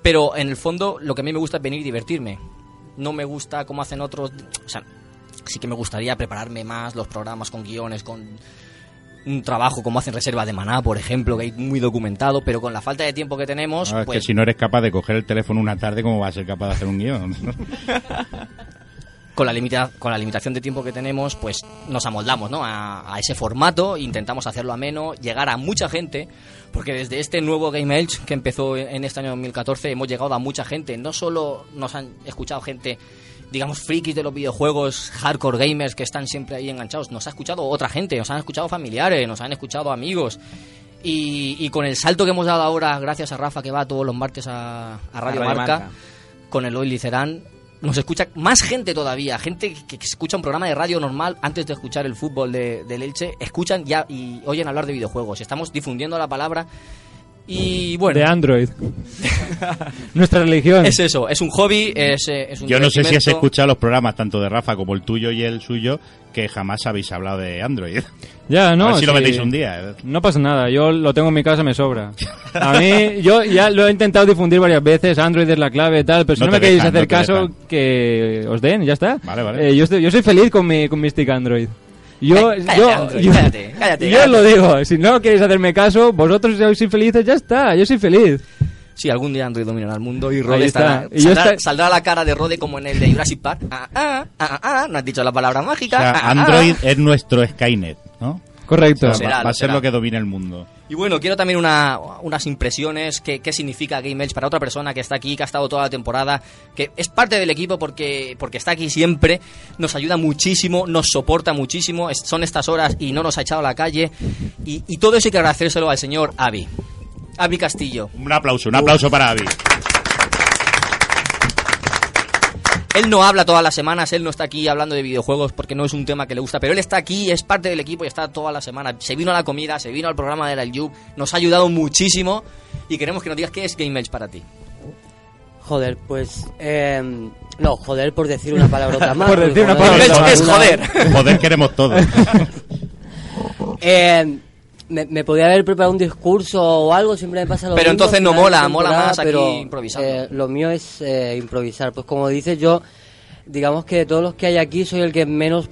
Speaker 1: pero en el fondo lo que a mí me gusta es venir y divertirme. No me gusta como hacen otros, o sea, sí que me gustaría prepararme más los programas con guiones, con un trabajo como hacen Reserva de Maná, por ejemplo, que hay muy documentado, pero con la falta de tiempo que tenemos,
Speaker 8: Ah, es
Speaker 1: pues
Speaker 8: que si no eres capaz de coger el teléfono una tarde, ¿cómo vas a ser capaz de hacer un guión?
Speaker 1: con la, limita- con la limitación de tiempo que tenemos, pues nos amoldamos ¿no? a, a ese formato, intentamos hacerlo ameno, llegar a mucha gente, porque desde este nuevo Game Edge que empezó en en este año 2014 hemos llegado a mucha gente. No solo nos han escuchado gente, digamos, frikis de los videojuegos, hardcore gamers que están siempre ahí enganchados, nos ha escuchado otra gente, nos han escuchado familiares, nos han escuchado amigos. Y, y con el salto que hemos dado ahora, gracias a Rafa que va todos los martes a, a Radio,
Speaker 9: Radio
Speaker 1: Marca,
Speaker 9: Marca.
Speaker 1: con el Oil Cerán, nos escucha más gente todavía, gente que, que escucha un programa de radio normal antes de escuchar el fútbol de, del Elche, escuchan ya y oyen hablar de videojuegos. Estamos difundiendo la palabra y bueno.
Speaker 2: De Android. Nuestra religión.
Speaker 1: Es eso, es un hobby, es, eh, es un
Speaker 8: Yo no sé si has
Speaker 1: divertimento.
Speaker 8: escuchado los programas tanto de Rafa como el tuyo y el suyo que jamás habéis hablado de Android.
Speaker 2: Ya, no.
Speaker 8: A ver si lo
Speaker 2: sí.
Speaker 8: metéis un día. eh.
Speaker 2: No pasa nada, yo lo tengo en mi casa, me sobra. A mí, yo ya lo he intentado difundir varias veces, Android es la clave y tal, pero si
Speaker 8: No
Speaker 2: no, me
Speaker 8: te
Speaker 2: queréis
Speaker 8: dejan,
Speaker 2: hacer
Speaker 8: no te
Speaker 2: caso,
Speaker 8: dejan.
Speaker 2: que os den, ya está.
Speaker 8: vale.
Speaker 2: Eh, yo, estoy- yo soy feliz con mi, con mi stick Android. Yo,
Speaker 1: Eh, cállate,
Speaker 2: yo,
Speaker 1: Android,
Speaker 2: yo-
Speaker 1: cállate, cállate,
Speaker 2: yo
Speaker 1: cállate.
Speaker 2: lo digo, si no queréis hacerme caso, vosotros sois felices, ya está, yo soy feliz.
Speaker 1: Sí, algún día Android dominará el mundo y
Speaker 2: Ahí
Speaker 1: Rode
Speaker 2: está.
Speaker 1: estará,
Speaker 2: Y yo
Speaker 1: saldrá,
Speaker 2: está-
Speaker 1: saldrá la cara de Rode como en el de Jurassic Park. Ah, ah, ah, ah, ah, no has dicho la palabra
Speaker 8: O
Speaker 1: mágica.
Speaker 8: sea,
Speaker 1: ah, ah, ah.
Speaker 8: Android es nuestro Skynet, ¿no?
Speaker 2: Correcto.
Speaker 8: O sea,
Speaker 1: Será,
Speaker 8: va,
Speaker 1: lo
Speaker 8: va a ser
Speaker 1: será.
Speaker 8: lo que domina el mundo.
Speaker 1: Y bueno, quiero también una- unas impresiones, qué, qué significa Game Edge para otra persona que está aquí, que ha estado toda la temporada, que es parte del equipo porque, porque está aquí siempre, nos ayuda muchísimo, nos soporta muchísimo, es- son estas horas y no nos ha echado a la calle. Y, y todo eso hay que agradecérselo al señor Avi. Avi Castillo.
Speaker 8: Un aplauso, un aplauso para Avi.
Speaker 1: Él no habla todas las semanas, él no está aquí hablando de videojuegos porque no es un tema que le gusta, pero él está aquí, es parte del equipo y está toda la semana. Se vino a la comida, se vino al programa de la Yub, nos ha ayudado muchísimo y queremos que nos digas qué es Game Edge para ti.
Speaker 20: Joder, pues. eh, no, joder, por decir una palabrota más.
Speaker 8: Joder, queremos todo.
Speaker 20: Eh, me, me podía haber preparado un discurso o algo, siempre me pasa lo
Speaker 1: Pero
Speaker 20: mismo,
Speaker 1: entonces no
Speaker 20: final de
Speaker 1: mola, mola
Speaker 20: temporada,
Speaker 1: más aquí
Speaker 20: pero,
Speaker 1: improvisando.
Speaker 20: eh, lo mío es eh, improvisar. Pues como dices, yo, digamos que de todos los que hay aquí, soy el que menos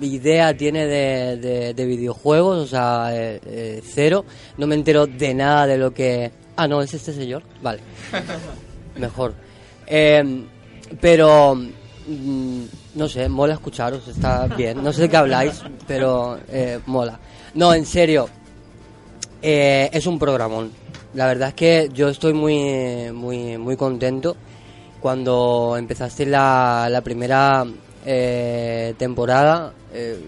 Speaker 20: idea tiene de, de- de videojuegos, o sea, eh, eh, cero. No me entero de nada de lo que. Ah, no, es este señor. Vale. Mejor. Eh, pero. mm, No sé, mola escucharos, está bien. No sé de qué habláis, pero eh, mola. No, en serio, eh, es un programón. La verdad es que yo estoy muy, muy, muy contento. Cuando empezaste la, la primera eh, temporada, eh,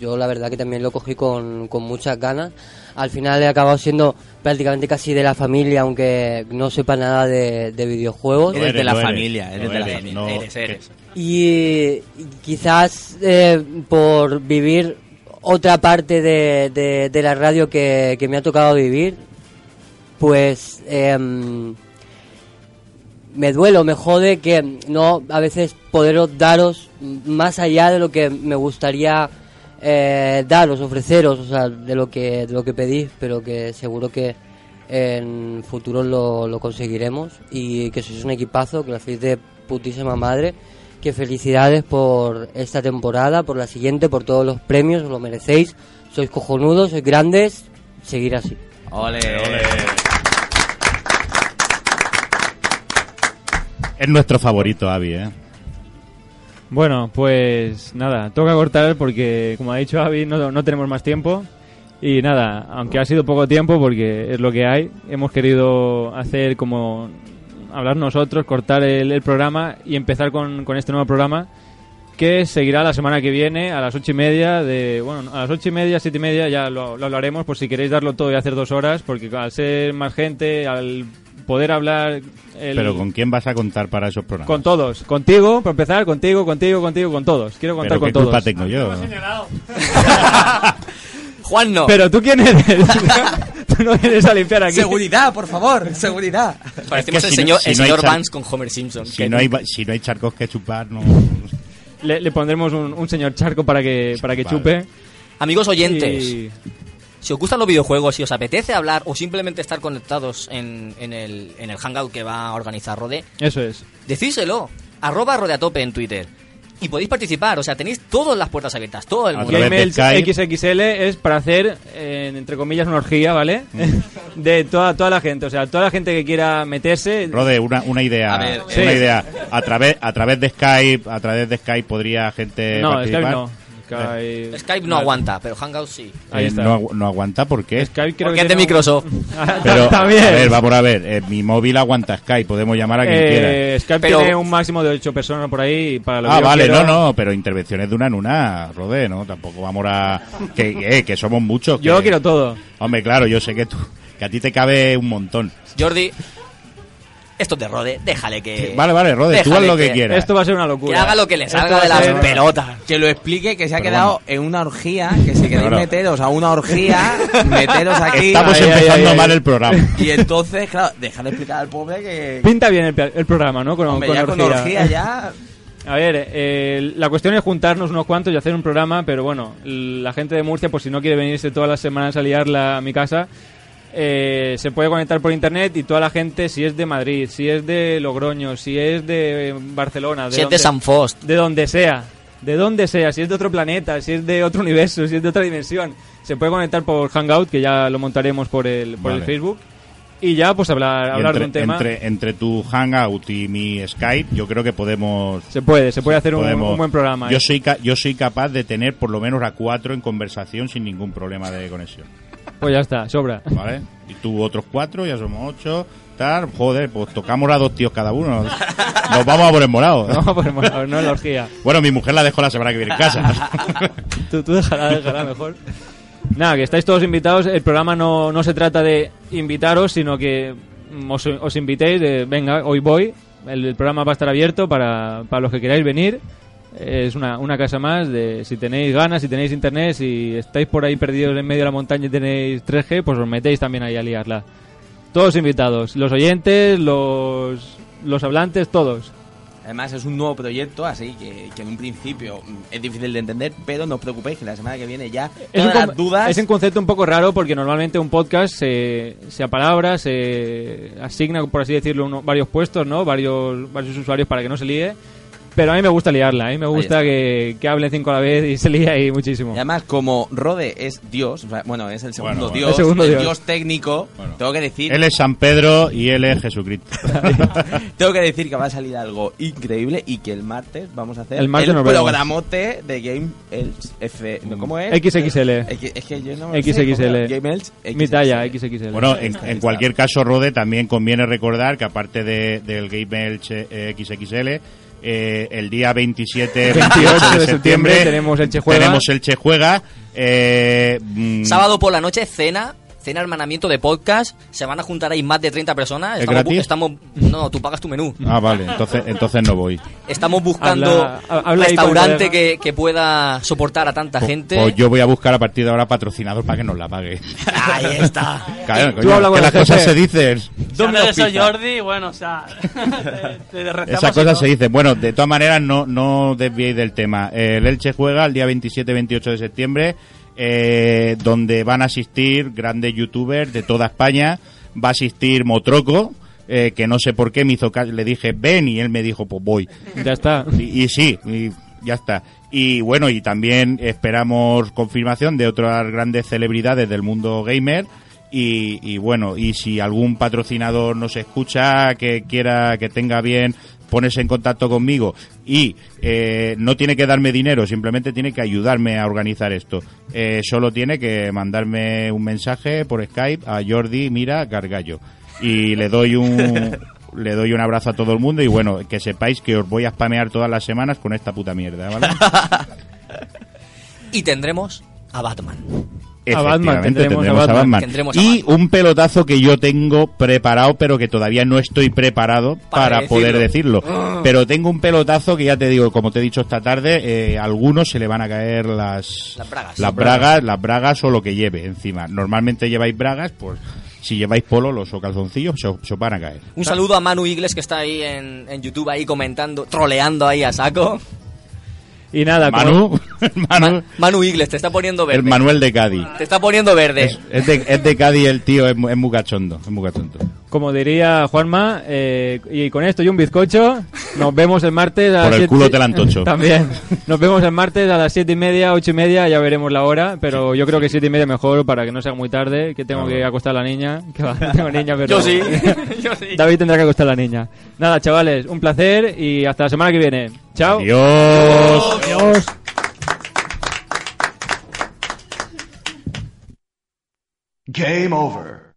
Speaker 20: yo la verdad que también lo cogí con, con muchas ganas. Al final he acabado siendo prácticamente casi de la familia, aunque no sepa nada de, de videojuegos.
Speaker 9: Eres de la familia, eres
Speaker 20: no
Speaker 9: de la
Speaker 20: eres,
Speaker 9: familia.
Speaker 20: no.
Speaker 9: eres, eres.
Speaker 20: Y quizás eh, por vivir otra parte de, de- de la radio que, que me ha tocado vivir, pues em, me duelo, me jode que no a veces poderos daros más allá de lo que me gustaría eh, daros, ofreceros, o sea, de lo que, de lo que pedís, pero que seguro que en futuro lo, lo conseguiremos y que sois un equipazo, que lo hacéis de putísima madre, que felicidades por esta temporada, por la siguiente, por todos los premios, os lo merecéis, sois cojonudos, sois grandes, seguir así.
Speaker 9: Ole,
Speaker 8: Es nuestro favorito, Avi, ¿eh?
Speaker 2: Bueno, pues nada, toca cortar porque, como ha dicho Avi, no, no tenemos más tiempo. Y nada, aunque ha sido poco tiempo, porque es lo que hay, hemos querido hacer como hablar nosotros, cortar el, el programa y empezar con, con este nuevo programa que seguirá la semana que viene a las ocho y media de bueno a las ocho y media siete y media ya lo, lo hablaremos por si queréis darlo todo y hacer dos horas porque al ser más gente al poder hablar el,
Speaker 8: Pero ¿con quién vas a contar para esos programas?
Speaker 2: con todos. Contigo, para empezar, contigo, contigo, contigo, con todos. Quiero contar
Speaker 8: Pero
Speaker 2: con
Speaker 8: ¿qué
Speaker 2: todos.
Speaker 8: culpa tengo yo?
Speaker 1: Juan no.
Speaker 2: Pero tú quién eres? tú no vienes a limpiar aquí.
Speaker 9: Seguridad, por favor, seguridad.
Speaker 1: Parecemos
Speaker 8: Es
Speaker 1: el
Speaker 8: que si
Speaker 1: señor,
Speaker 8: no- si
Speaker 1: el
Speaker 8: no hay
Speaker 1: señor
Speaker 8: chan-
Speaker 1: Vance con Homer Simpson.
Speaker 8: Si
Speaker 1: que-
Speaker 8: no hay, ba- si no hay charcos que chupar, no...
Speaker 2: Le, le pondremos un, un señor charco para que, para que
Speaker 8: Vale.
Speaker 2: chupe.
Speaker 1: Amigos oyentes,
Speaker 2: Y-
Speaker 1: si os gustan los videojuegos, si os apetece hablar o simplemente estar conectados en, en el, en el hangout que va a organizar Rode,
Speaker 2: Eso es.
Speaker 1: decíselo. Arroba Rode a tope en Twitter. Y podéis participar, o sea, tenéis todas las puertas abiertas, todo el mundo.
Speaker 2: Gmail XXL es para hacer, eh, entre comillas, una orgía, ¿vale?
Speaker 8: Mm.
Speaker 2: De toda, toda la gente, o sea, toda la gente que quiera meterse.
Speaker 8: Rode, una, una idea.
Speaker 2: A ver,
Speaker 8: una
Speaker 1: eh,
Speaker 2: sí.
Speaker 8: idea. A través, a través de Skype, a través de Skype podría gente
Speaker 2: No,
Speaker 8: participar.
Speaker 2: Skype no.
Speaker 1: Skype, no aguanta, pero Hangouts sí.
Speaker 8: Eh, No, agu- no aguanta porque
Speaker 2: Skype creo
Speaker 1: Porque
Speaker 2: que
Speaker 1: es de
Speaker 2: no-
Speaker 1: Microsoft.
Speaker 8: Pero, A ver, vamos a ver. eh, mi móvil aguanta Skype, podemos llamar a quien
Speaker 2: Eh,
Speaker 8: quiera.
Speaker 2: Skype
Speaker 8: Pero-
Speaker 2: tiene un máximo de 8 personas por ahí. y Para lo
Speaker 8: Ah,
Speaker 2: que yo
Speaker 8: vale,
Speaker 2: quiero-
Speaker 8: no, no, pero intervenciones de una en una, Rodé, ¿no? Tampoco vamos a... Que, eh, que somos muchos.
Speaker 2: Yo lo quiero todo.
Speaker 8: Hombre, claro, yo sé que tú... Que a ti te cabe un montón.
Speaker 1: Jordi, esto es de Rode, déjale
Speaker 4: Eh,
Speaker 1: que.
Speaker 8: Vale, vale, Rode, tú haz
Speaker 1: déjale
Speaker 8: lo que quieras.
Speaker 2: Esto va a ser una locura.
Speaker 1: Que haga lo que le
Speaker 4: Esto
Speaker 1: salga
Speaker 4: va
Speaker 1: de
Speaker 4: a
Speaker 1: las
Speaker 4: ser-
Speaker 1: pelotas.
Speaker 4: Que lo explique, que se ha quedado en una orgía, que si queréis
Speaker 8: Claro.
Speaker 4: meteros a una orgía, meteros aquí.
Speaker 8: Estamos Ahí, empezando ahí, ahí, mal ahí. el programa.
Speaker 4: Y entonces, claro, dejar explicar al pobre que...
Speaker 2: Pinta bien el, pla- el programa, ¿no? Con,
Speaker 4: Hombre, ya con orgía ya...
Speaker 2: A ver, eh, la cuestión es juntarnos unos cuantos y hacer un programa, pero bueno, la gente de Murcia, por si no quiere venirse todas las semanas a liarla a mi casa, eh, se puede conectar por internet y toda la gente, si es de Madrid, si es de Logroño, si es de eh, Barcelona,
Speaker 1: Si es de
Speaker 2: donde-
Speaker 1: San Fost.
Speaker 2: de donde sea, de donde sea, si es de otro planeta, si es de otro universo, si es de otra dimensión, se puede conectar por Hangout, que ya lo montaremos por el, por el
Speaker 8: Vale.
Speaker 2: Facebook, y ya pues hablar,
Speaker 8: Y
Speaker 2: hablar
Speaker 8: entre,
Speaker 2: de un tema.
Speaker 8: Entre, entre tu Hangout y mi Skype, yo creo que podemos.
Speaker 2: Se puede, se puede hacer un- un buen programa,
Speaker 8: Yo
Speaker 2: ¿eh?
Speaker 8: soy, ca- yo soy capaz de tener por lo menos a cuatro en conversación sin ningún problema de conexión.
Speaker 2: Pues ya está, sobra.
Speaker 8: ¿Vale? Y tú otros cuatro, ya somos ocho. Tal, joder, pues tocamos a dos tíos cada uno. Nos vamos a por el morado.
Speaker 2: Nos vamos a por el morado, no la orgía.
Speaker 8: Bueno, mi mujer la dejó la semana que viene en casa.
Speaker 2: tú, tú déjala, déjala mejor. Nada, que estáis todos invitados. El programa no, no se trata de invitaros, sino que mm, os, os invitéis de, venga, hoy voy. El, el programa va a estar abierto para, para los que queráis venir. Eh, Es una, una casa más de si tenéis ganas, si tenéis internet, si estáis por ahí perdidos en medio de la montaña y tenéis 3G, pues os metéis también ahí a liarla. Todos invitados, los oyentes, los, los hablantes, todos.
Speaker 4: Además es un nuevo proyecto, así que, que en un principio mm, es difícil de entender, pero no os preocupéis que la semana que viene ya
Speaker 2: Es un,
Speaker 4: todas
Speaker 2: con-
Speaker 4: las dudas...
Speaker 2: es un concepto un poco raro porque normalmente un podcast se, se apalabra, se asigna, por así decirlo, uno- varios puestos, ¿no? Varios, varios usuarios para que no se líe. Pero a mí me gusta liarla, a mí me gusta
Speaker 4: está.
Speaker 2: que, que hablen cinco a la vez y se líe ahí muchísimo.
Speaker 4: Y además, como Rode es Dios, o sea, bueno, es el segundo
Speaker 2: bueno.
Speaker 4: Dios,
Speaker 2: El segundo
Speaker 4: el
Speaker 2: Dios.
Speaker 4: Dios técnico, tengo que decir...
Speaker 8: Él es San Pedro y él es Jesucristo.
Speaker 4: Tengo que decir que va a salir algo increíble y que el martes vamos a hacer
Speaker 8: El martes nos vemos.
Speaker 4: programote de Game Elch F. ¿no? ¿Cómo es?
Speaker 2: XXL.
Speaker 4: X- es que yo no me lo sé,
Speaker 2: XXL.
Speaker 4: ¿cómo era? Game Elch
Speaker 2: Mi talla, XXL.
Speaker 8: Bueno, en, en cualquier caso, Rode, también conviene recordar que aparte de- del Game Elch eh, XXL, eh, el día 27,
Speaker 2: 28
Speaker 8: 28 de
Speaker 2: de septiembre
Speaker 8: septiembre
Speaker 2: tenemos Elche Juega.
Speaker 8: tenemos Elche Juega, eh, mm,
Speaker 1: Sábado por la noche, cena. Cena hermanamiento de podcast. Se van a juntar ahí más de 30 personas.
Speaker 8: ¿Es
Speaker 1: Estamos, bu-
Speaker 8: gratis?
Speaker 1: estamos No, tú pagas tu menú.
Speaker 8: Ah, vale, entonces, entonces no voy.
Speaker 1: Estamos buscando
Speaker 8: Habla- ha- habla ahí con
Speaker 1: restaurante
Speaker 8: Adela.
Speaker 1: que, que pueda soportar a tanta gente.
Speaker 8: Pues yo voy a buscar a partir de ahora patrocinador para que nos la pague.
Speaker 1: Ahí está.
Speaker 8: Claro,
Speaker 1: Tú
Speaker 8: coño,
Speaker 1: habla con
Speaker 8: que
Speaker 1: el
Speaker 8: las
Speaker 1: jefe.
Speaker 8: cosas se dicen.
Speaker 9: Si hablas de eso,
Speaker 8: pizza.
Speaker 9: Jordi, bueno, o sea, te, te rezamos
Speaker 8: Esas
Speaker 9: y
Speaker 8: cosas
Speaker 9: todo.
Speaker 8: se dicen. Bueno, de todas maneras, no, no desviéis del tema. Eh, El Elche juega el día 27-28 de septiembre, eh, donde van a asistir grandes youtubers de toda España. Va a asistir Motroco, eh, que no sé por qué me hizo ca- Le dije, ven, y él me dijo, pues voy.
Speaker 2: Ya está.
Speaker 8: Y, y sí, y ya está. Y bueno, y también esperamos confirmación de otras grandes celebridades del mundo gamer. Y, y bueno, y si algún patrocinador nos escucha, que quiera, que tenga bien ponerse en contacto conmigo y eh, no tiene que darme dinero, simplemente tiene que ayudarme a organizar esto. Eh, solo tiene que mandarme un mensaje por Skype a Jordi Mira Gargallo y le doy un le doy un abrazo a todo el mundo y bueno, que sepáis que os voy a spamear todas las semanas con esta puta mierda, ¿vale?
Speaker 1: Y tendremos a Batman.
Speaker 8: Efectivamente, tendremos, a Batman.
Speaker 1: Tendremos a
Speaker 8: Y un pelotazo que yo tengo preparado, pero que todavía no estoy preparado para,
Speaker 1: Para
Speaker 8: poder
Speaker 1: decirlo.
Speaker 8: decirlo.
Speaker 1: Ah.
Speaker 8: Pero tengo un pelotazo que ya te digo, como te he dicho esta tarde, eh, a algunos se le van a caer las,
Speaker 1: las bragas.
Speaker 8: Las bragas, las bragas o lo que lleve encima. Normalmente lleváis bragas, pues si lleváis polos o calzoncillos, se, os- se os van a caer.
Speaker 1: Un saludo a Manu Igles que está ahí en, en YouTube ahí comentando, troleando ahí a saco.
Speaker 2: Y nada,
Speaker 8: Manu, Manu,
Speaker 1: Manu Igles te está poniendo verde.
Speaker 8: el Manuel de Cádiz.
Speaker 1: Te está poniendo verde.
Speaker 8: Es de, es de Cádiz el tío, es, mu- es muy cachondo, es muy cachondo.
Speaker 2: Como diría Juanma, eh, y con esto y un bizcocho, nos vemos el martes a
Speaker 7: Por el
Speaker 2: siete-
Speaker 7: culo te la antocho.
Speaker 2: También. Nos vemos el martes a las siete y media, ocho y media, ya veremos la hora, pero yo creo que siete y media mejor para que no sea muy tarde, que tengo que acostar a la niña. Que va, no tengo niña, pero...
Speaker 9: Yo sí, yo sí.
Speaker 2: David tendrá que acostar a la niña. Nada, chavales, un placer y hasta la semana que viene. Chao.
Speaker 7: Adiós.
Speaker 2: Adiós.
Speaker 21: Game over.